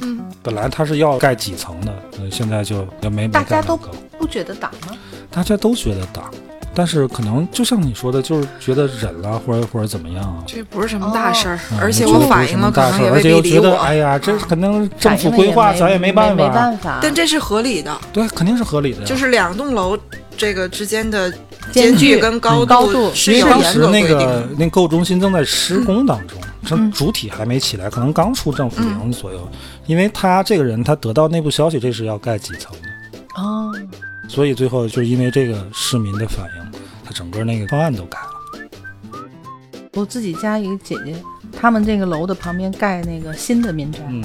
S2: 嗯，
S1: 本来他是要盖几层的，呃，现在就也没没
S4: 大
S1: 盖
S4: 家
S1: 那
S4: 都
S1: 么高
S4: 不觉得挡吗？
S1: 大家都觉得挡，但是可能就像你说的，就是觉得忍了，或者或者怎么样啊。
S2: 这不是什么
S4: 哦
S2: 大事儿，
S1: 嗯
S2: 而且
S1: 觉得
S2: 我
S1: 不是
S2: 反
S1: 什
S2: 映
S1: 么
S2: 了，可
S1: 大
S2: 能
S1: 事儿
S2: 也
S1: 而
S2: 未
S1: 且
S2: 必啊
S1: 又觉
S2: 理
S1: 得，
S2: 我。
S1: 哎呀，这是肯定政府规划，咱
S4: 反
S1: 也
S4: 应了也没
S1: 办
S4: 没
S1: 法。
S4: 没办法。
S2: 但这是合理的，
S1: 对，肯定是合理的呀。
S2: 就是两栋楼这个之间的
S4: 间
S2: 间距
S4: 距
S2: 跟高
S4: 高度
S2: 是
S1: 因为
S2: 有
S1: 当
S2: 严
S1: 时
S2: 格
S1: 那
S2: 规定
S1: 个
S2: 的。嗯
S1: 那购物中心正在施工当中，这主体还没起来，可能刚出政府
S2: 嗯
S1: 营左右。因为他这个人，他得到内部消息，这是要盖几层的，
S4: 哦，
S1: 所以最后就是因为这个市民的反应，他整个那个方案都改了。
S4: 我自己家一个姐姐，他们这个楼的旁边盖那个新的民宅，
S1: 嗯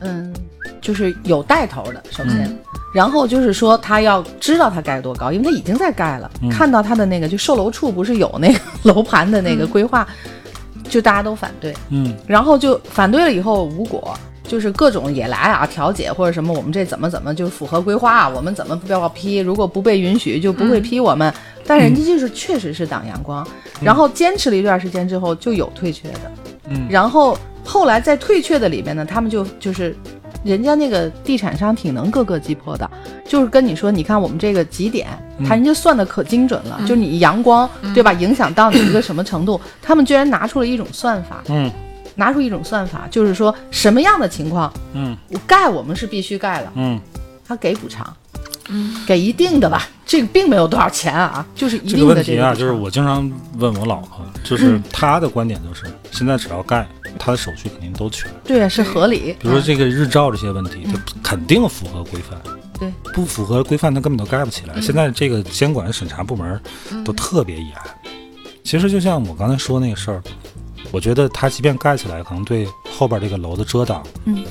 S4: 嗯，就是有带头的，首先。
S1: 嗯
S4: 然后就是说，他要知道他盖多高，因为他已经在盖了。
S1: 嗯
S4: 看到他的那个，就售楼处不是有那个 楼盘的那个规划，就大家都反对。
S1: 嗯，
S4: 然后就反对了以后无果，就是各种也来啊调解或者什么，我们这怎么怎么就符合规划啊，我们怎么不要批，如果不被允许就不会批我们。
S1: 嗯
S4: 但人家就是确实是挡阳光，然后坚持了一段时间之后就有退却的，
S1: 嗯
S4: 然后后来在退却的里面呢，他们就就是。人家那个地产商挺能各个击破的，就是跟你说，你看我们这个几点，
S1: 嗯
S4: 他人家算的可精准了，就你阳光对吧，影响到你一个什么程度，他们居然拿出了一种算法，
S1: 嗯
S4: 拿出一种算法，就是说什么样的情况，
S1: 嗯
S4: 我盖我们是必须盖了，
S1: 嗯，
S4: 他给补偿，给一定的吧，这个并没有多少钱啊，就是一
S1: 这个
S4: 定
S1: 问
S4: 的
S1: 题
S4: 个嗯
S1: 啊，
S4: 补偿
S1: 就是我经常问我老婆，就是她的观点就是，现在只要盖，她的手续肯定都全，
S4: 对啊，是合理，
S1: 比如说这个日照这些问题，它肯定符合规范。
S4: 嗯对，嗯
S1: 不符合规范，它根本都盖不起来。现在这个监管审查部门都特别严。其实就像我刚才说那个事儿，我觉得它即便盖起来，可能对后边这个楼的遮挡，
S4: 嗯，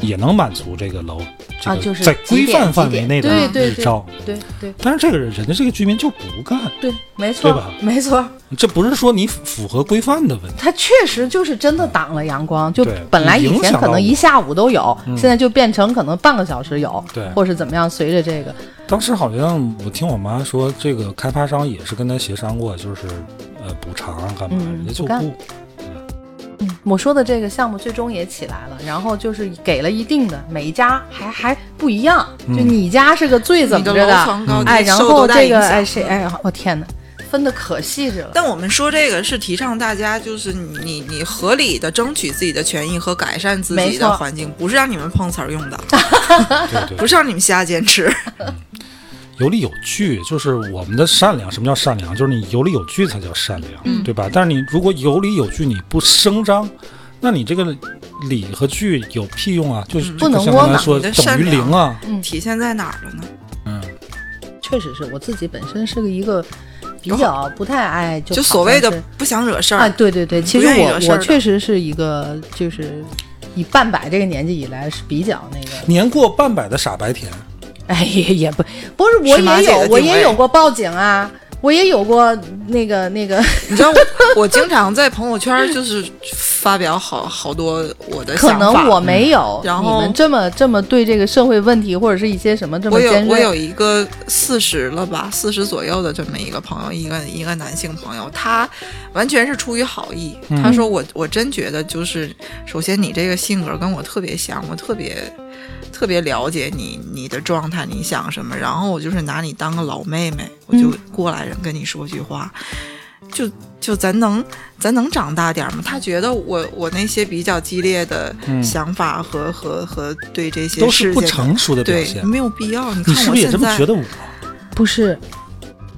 S1: 也能满足这个楼这
S4: 啊，
S1: 个
S4: 就是
S1: 在
S4: 几
S1: 规
S4: 点
S1: 范范
S4: 几
S1: 围
S4: 点
S1: 内的
S4: 对对
S1: 日照。
S4: 对对
S1: 但是这个人人家这个居民就不干，
S4: 对对，没错
S1: 对吧
S4: 没错，
S1: 这不是说你符合规范的问题。
S4: 它确实就是真的挡了阳光，就
S1: 对
S4: 本来以前可能一下午都有，
S1: 嗯
S4: 现在就变成可能半个小时有，
S1: 对
S4: 或是怎么样，随着这个，
S1: 当时好像我听我妈说，这个开发商也是跟他协商过，就是呃补偿啊干嘛，
S4: 嗯
S1: 人家就
S4: 不干
S1: 不
S4: 我说的这个项目最终也起来了，然后就是给了一定的，每一家还还不一样，
S1: 嗯
S4: 就你家是个最怎
S2: 你
S4: 么着
S2: 的楼房高低
S4: 哎，然
S2: 受多
S4: 后
S2: 大
S4: 这
S2: 影
S4: 个
S2: 响
S4: 哎谁哎呀，我天哪，分的可细致了。
S2: 但我们说这个是提倡大家，就是你你你合理的争取自己的权益和改善自
S4: 没
S2: 己的
S4: 错
S2: 环境，不是让你们碰瓷儿 用的，
S1: 对对。
S2: 啊不是让你们瞎坚持。
S1: 有理有据，就是我们的善良。什么叫善
S2: 嗯
S1: 良？就是你有理有据才叫善良，对吧？但是你如果有理有据，你不声张，那你这个理和据有屁用啊？
S2: 嗯
S1: 就是
S4: 不能
S1: 像刚
S4: 窝
S1: 才
S4: 囊
S1: 说
S2: 你的
S1: 等
S2: 善
S1: 于
S2: 良
S1: 零啊。
S4: 嗯
S2: 体现在哪儿了呢？
S1: 嗯，
S4: 确实是我自己本身是个一个比
S2: 有好
S4: 较不太爱就
S2: 就所谓的
S4: 好像
S2: 不想惹事
S4: 是
S2: 儿、
S4: 啊，对对对，其实
S2: 愿意
S4: 我
S2: 惹事
S4: 我
S2: 儿的
S4: 确实是一个就是以半百这个年纪以来是比较那个，
S1: 年过半百的傻白甜，
S4: 哎也也不不是我
S2: 是马
S4: 也
S2: 姐
S4: 有
S2: 的
S4: 我
S2: 定
S4: 也
S2: 位
S4: 有过报警啊，我也有过那个那个，
S2: 你知道我，我 经常在朋友圈就是发表好好多我的
S4: 可
S2: 想
S4: 能
S2: 法
S1: 嗯
S4: 我没有、
S2: 嗯然
S4: 你
S2: 后
S4: 们这么这么对这个社会问题或者是一些什么这么
S2: 我有
S4: 尖
S2: 我有
S4: 锐，
S2: 一个四十了吧，四十左右的这么一个朋友，一个一个男性朋友，他完全是出于好意。
S1: 嗯
S2: 他说我我真觉得就是，首先你这个性格跟我特别像，我特别特别了解你你的状态，你想什么，然后我就是拿你当个老妹妹，我就
S4: 嗯
S2: 过来人跟你说句话。就就咱能咱能长大点儿吗？他觉得我我那些比较激烈的想法和、和和对这
S1: 嗯
S2: 些
S1: 都
S2: 事
S1: 是
S2: 情
S1: 不
S2: 的
S1: 成熟的表
S2: 对，
S1: 现。
S2: 没有必要。你
S1: 你
S2: 看
S1: 是
S2: 我
S1: 不是也
S2: 现
S1: 这么
S2: 在
S1: 觉得我？
S4: 不是。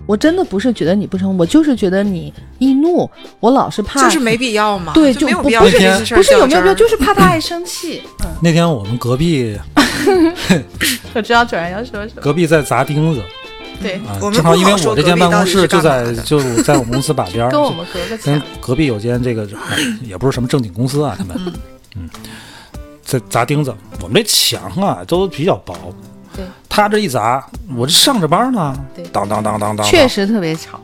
S4: 我真的不是觉得你不成，我就是觉得你易怒，我老是怕，
S2: 就是没必要嘛，
S4: 对
S2: 就
S4: 就
S2: 没有
S4: 不
S2: 必要
S4: 不
S2: 为这
S1: 是
S2: 件事
S4: 不是有
S2: 较
S4: 没有
S2: 真
S4: 必要，
S2: 儿。
S4: 就是怕 他爱生气。
S1: 那天我们隔壁
S3: 我知道主然要说什么。
S1: 隔壁在砸钉子
S3: 对，
S1: 啊，
S2: 我们
S1: 正好
S2: 不
S1: 因
S2: 好
S1: 为
S2: 说
S1: 我这
S2: 隔
S1: 间
S2: 壁
S1: 办
S2: 到
S1: 公
S2: 底
S1: 室
S2: 是
S1: 就
S2: 干嘛
S1: 在
S2: 的
S1: 就在我们公司把 边儿，
S3: 跟我
S1: 就
S3: 们隔个
S1: 跟
S3: 墙，
S1: 隔壁有间这个 也不是什么正经公司啊，他们嗯在砸钉子，我们这墙啊都比较薄，
S4: 对，
S1: 他这一砸，我这上着班呢，
S4: 对
S1: 当当当当当，
S4: 确，实特别吵。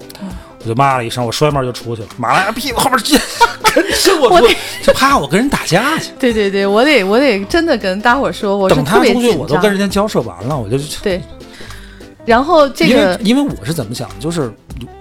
S1: 我就骂了一声，我摔门就出去了，马来屁股后面 直接跟着我出去，就怕我跟人打架去。
S4: 对对对，我得我得真的跟大伙儿说，我是
S1: 等
S4: 特
S1: 他
S4: 别
S1: 出去，
S4: 紧
S1: 我都
S4: 张。
S1: 跟人家交涉完了，我就
S4: 对，然后这个
S1: 因为因为我是怎么想的，就是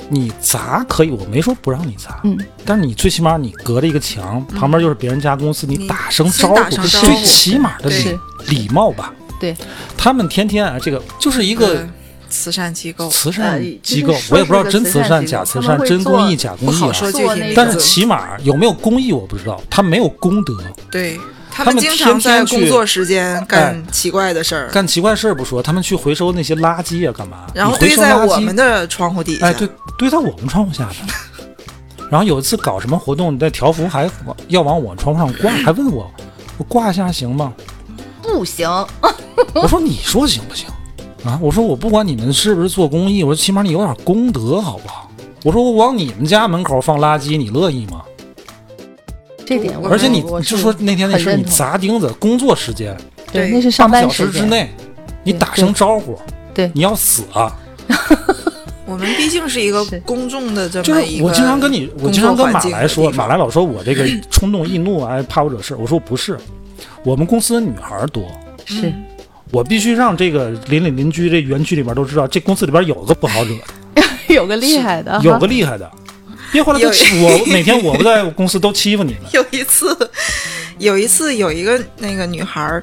S1: 你砸可以，我没说不让你砸，
S4: 嗯，
S1: 但是你最起码你隔着一个墙，旁边就是别人家公司，你
S2: 你
S1: 打声
S2: 先
S1: 招
S2: 打声招呼
S1: 最起码的礼
S4: 是
S1: 礼貌吧。
S4: 对，
S1: 他们天天啊，这个就是一个
S2: 对嗯慈善机构，
S1: 慈
S4: 呃
S1: 善
S4: 就是
S1: 机构，
S4: 说
S1: 我也不知道
S4: 是个
S1: 真
S4: 慈
S1: 慈
S4: 善
S1: 善、
S4: 机构
S1: 假慈
S4: 他们
S1: 善、
S4: 会
S1: 真公益、
S4: 做
S1: 假公
S2: 不
S1: 益
S2: 好
S1: 啊。
S2: 说具
S4: 做
S2: 体
S4: 那
S2: 名
S1: 但是
S2: 字
S1: 起码有没有公益我不知道，他没有功德，
S2: 对他
S1: 他
S2: 们
S1: 们
S2: 经常在
S1: 天天去
S2: 工作时间干奇怪的事儿，
S1: 干奇怪事儿不说，他们去回收那些垃圾啊，干嘛？
S2: 然后
S1: 你回
S2: 堆
S1: 收
S2: 在
S1: 垃圾
S2: 我们的窗户底下。
S1: 哎，对，堆在我们窗户下的。 然后有一次搞什么活动，那条幅还往要往我窗户上挂，还问我，我挂一下行 吗？
S3: 不行，
S1: 我说你说行不行？啊，我说我不管你们是不是做公益，我说起码你有点功德好不好？我说我往你们家门口放垃圾，你乐意吗？
S4: 这点我，
S1: 而且你
S4: 我
S1: 你
S4: 是
S1: 就说那天那
S4: 很
S1: 事，你
S4: 认同
S1: 砸钉子，工作时间
S4: 对，
S2: 对
S4: 那是上
S1: 八
S4: 班
S1: 小时之
S4: 间，
S1: 内，你
S4: 对
S1: 打声招呼，
S4: 对
S1: 你要死啊！
S2: 我们毕竟是一个
S4: 是
S2: 公众的这
S1: 就
S2: 么
S1: 是
S2: 一个
S1: 我经常跟你，我经常跟马来说，
S2: 工作环境的地方
S1: 马来老说我这个冲动易怒啊，怕我惹事。我说不是，我们公司的女孩儿多，
S4: 是
S1: 嗯我必须让这个邻里邻居这园区里边都知道，这公司里边有个不好惹，
S4: 有个厉害
S2: 啊
S4: 的，
S1: 有个厉害的。别回来都欺负 我，每天我不在我公司都欺负你们。
S2: 有一次，有一次有一个那个女孩儿，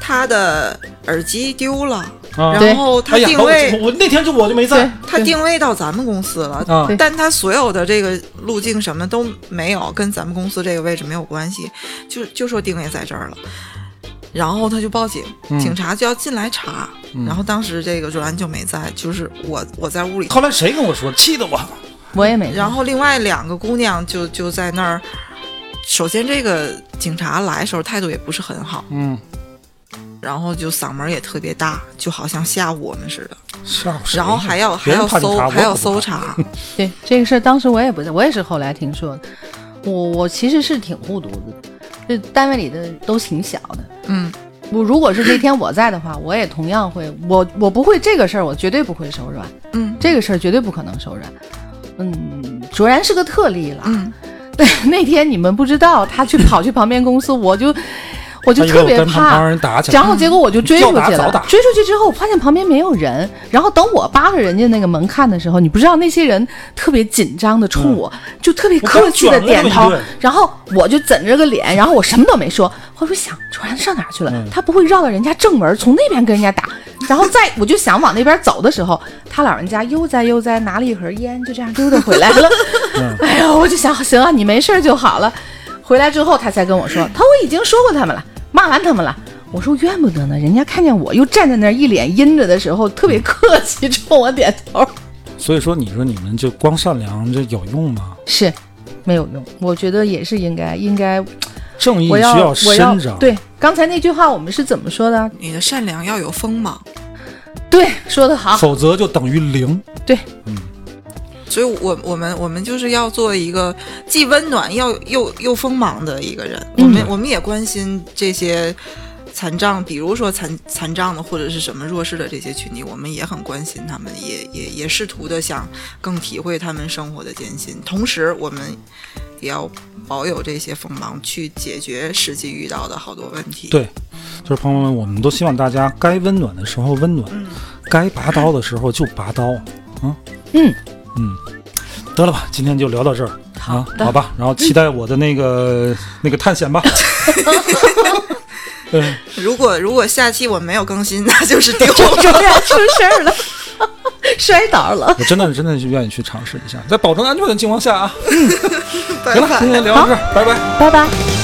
S2: 她的耳机丢了，
S1: 啊
S4: 对
S2: 然后她
S1: 哎呀，
S2: 定
S1: 把我
S2: 位
S1: 我我那天就我就没在
S4: 对
S2: 它定位到咱们公司了，
S1: 啊
S4: 对
S2: 但它所有的这个路径什么都没有，跟咱们公司这个位置没有关系，就就说定位在这儿了。然后他就报警，
S1: 嗯
S2: 警察就要进来查。然后当时这个卓兰就没在，就是我我在屋里。
S1: 后来谁跟我说，气得 我。
S4: 我也没。
S2: 然后另外两个姑娘就就在那儿。首先，这个警察来的时候态度也不是很好，
S1: 嗯，
S2: 然后就嗓门也特别大，就好像吓唬我们似的。
S1: 吓唬谁
S2: 然后还要还
S1: 别人
S2: 要
S1: 怕警
S2: 搜
S1: 察
S2: 还
S1: 我
S2: 要
S1: 可不
S2: 搜
S1: 怕
S2: 查，
S4: 对这个事儿，当时我也不在，我也是后来听说的。我我其实是挺护犊子的，这单位里的都挺小的。
S2: 嗯，
S4: 我如果是那天我在的话，我也同样会，我我不会这个事儿，我绝对不会手软。
S2: 嗯，
S4: 这个事儿绝对不可能手软。嗯，卓然是个特例了。
S2: 嗯，
S4: 对，那天你们不知道，他去跑去旁边公司，我就我就
S1: 他以为
S4: 特
S1: 我
S4: 别
S1: 跟旁
S4: 怕
S1: 帮人打起来
S4: 然后结果我就追出
S1: 要
S4: 去
S1: 嗯打早
S4: 了
S1: 打，
S4: 追出去之后，我发现旁边没有人。然后等我扒着人家那个门看的时候，你不知道那些人特别紧张的
S1: 嗯
S4: 冲我，就特别客气的点
S1: 我刚卷了那
S4: 头
S1: 么一顿，
S4: 然后我就枕着个脸，然后我什么都没说。我说想，卓然上哪儿去
S1: 嗯
S4: 了？他不会绕到人家正门，从那边跟 人家打。然后再我就想往那边走的时候，他老人家悠哉悠哉拿了一盒烟，就这样溜达 回来了。
S1: 嗯
S4: 哎呀，我就想，行啊，你没事儿就好了。回来之后，他才跟我说，他说我已经说过他们了，骂完他们了。我说怨不得呢，人家看见我又站在那儿一脸阴着的时候，特别
S1: 嗯
S4: 客气，冲我点头。
S1: 所以说，你说你们就光善良这有用吗？
S4: 是，没有用。我觉得也是应该，应该，
S1: 正义
S4: 我
S1: 需
S4: 要我要
S1: 伸张，
S4: 对，刚才那句话我们是怎么说的？
S2: 你的善良要有锋芒。
S4: 对，说的 好，
S1: 否则就等于零。
S4: 对，
S2: 所以我，我们我们就是要做一个既温暖又又又锋芒的一个人。我们我们也关心这些残障，比如说残残障的或者是什么弱势的这些群体，我们也很关心他们，也也也试图的想更体会他们生活的艰辛。同时，我们也要保有这些锋芒，去解决实际遇到的好多问题。
S1: 对，就是朋友们，我们都希望大家该温暖的时候温暖，该拔刀的时候就拔刀。嗯
S4: 嗯
S1: 嗯，得了吧，今天就聊到这儿啊，
S4: 的
S1: 好吧，然后期待我的那个、那个探险吧。嗯对，
S2: 如果如果下期我没有更新，那就是丢了。
S4: 我俩出事儿了， 摔倒了。
S1: 我真的真的是愿意去尝试一下，在保证安全的情况下啊。
S2: 拜
S1: 行了，
S2: 拜
S1: 今天聊到这儿，拜拜。拜
S4: 拜拜。
S1: 拜。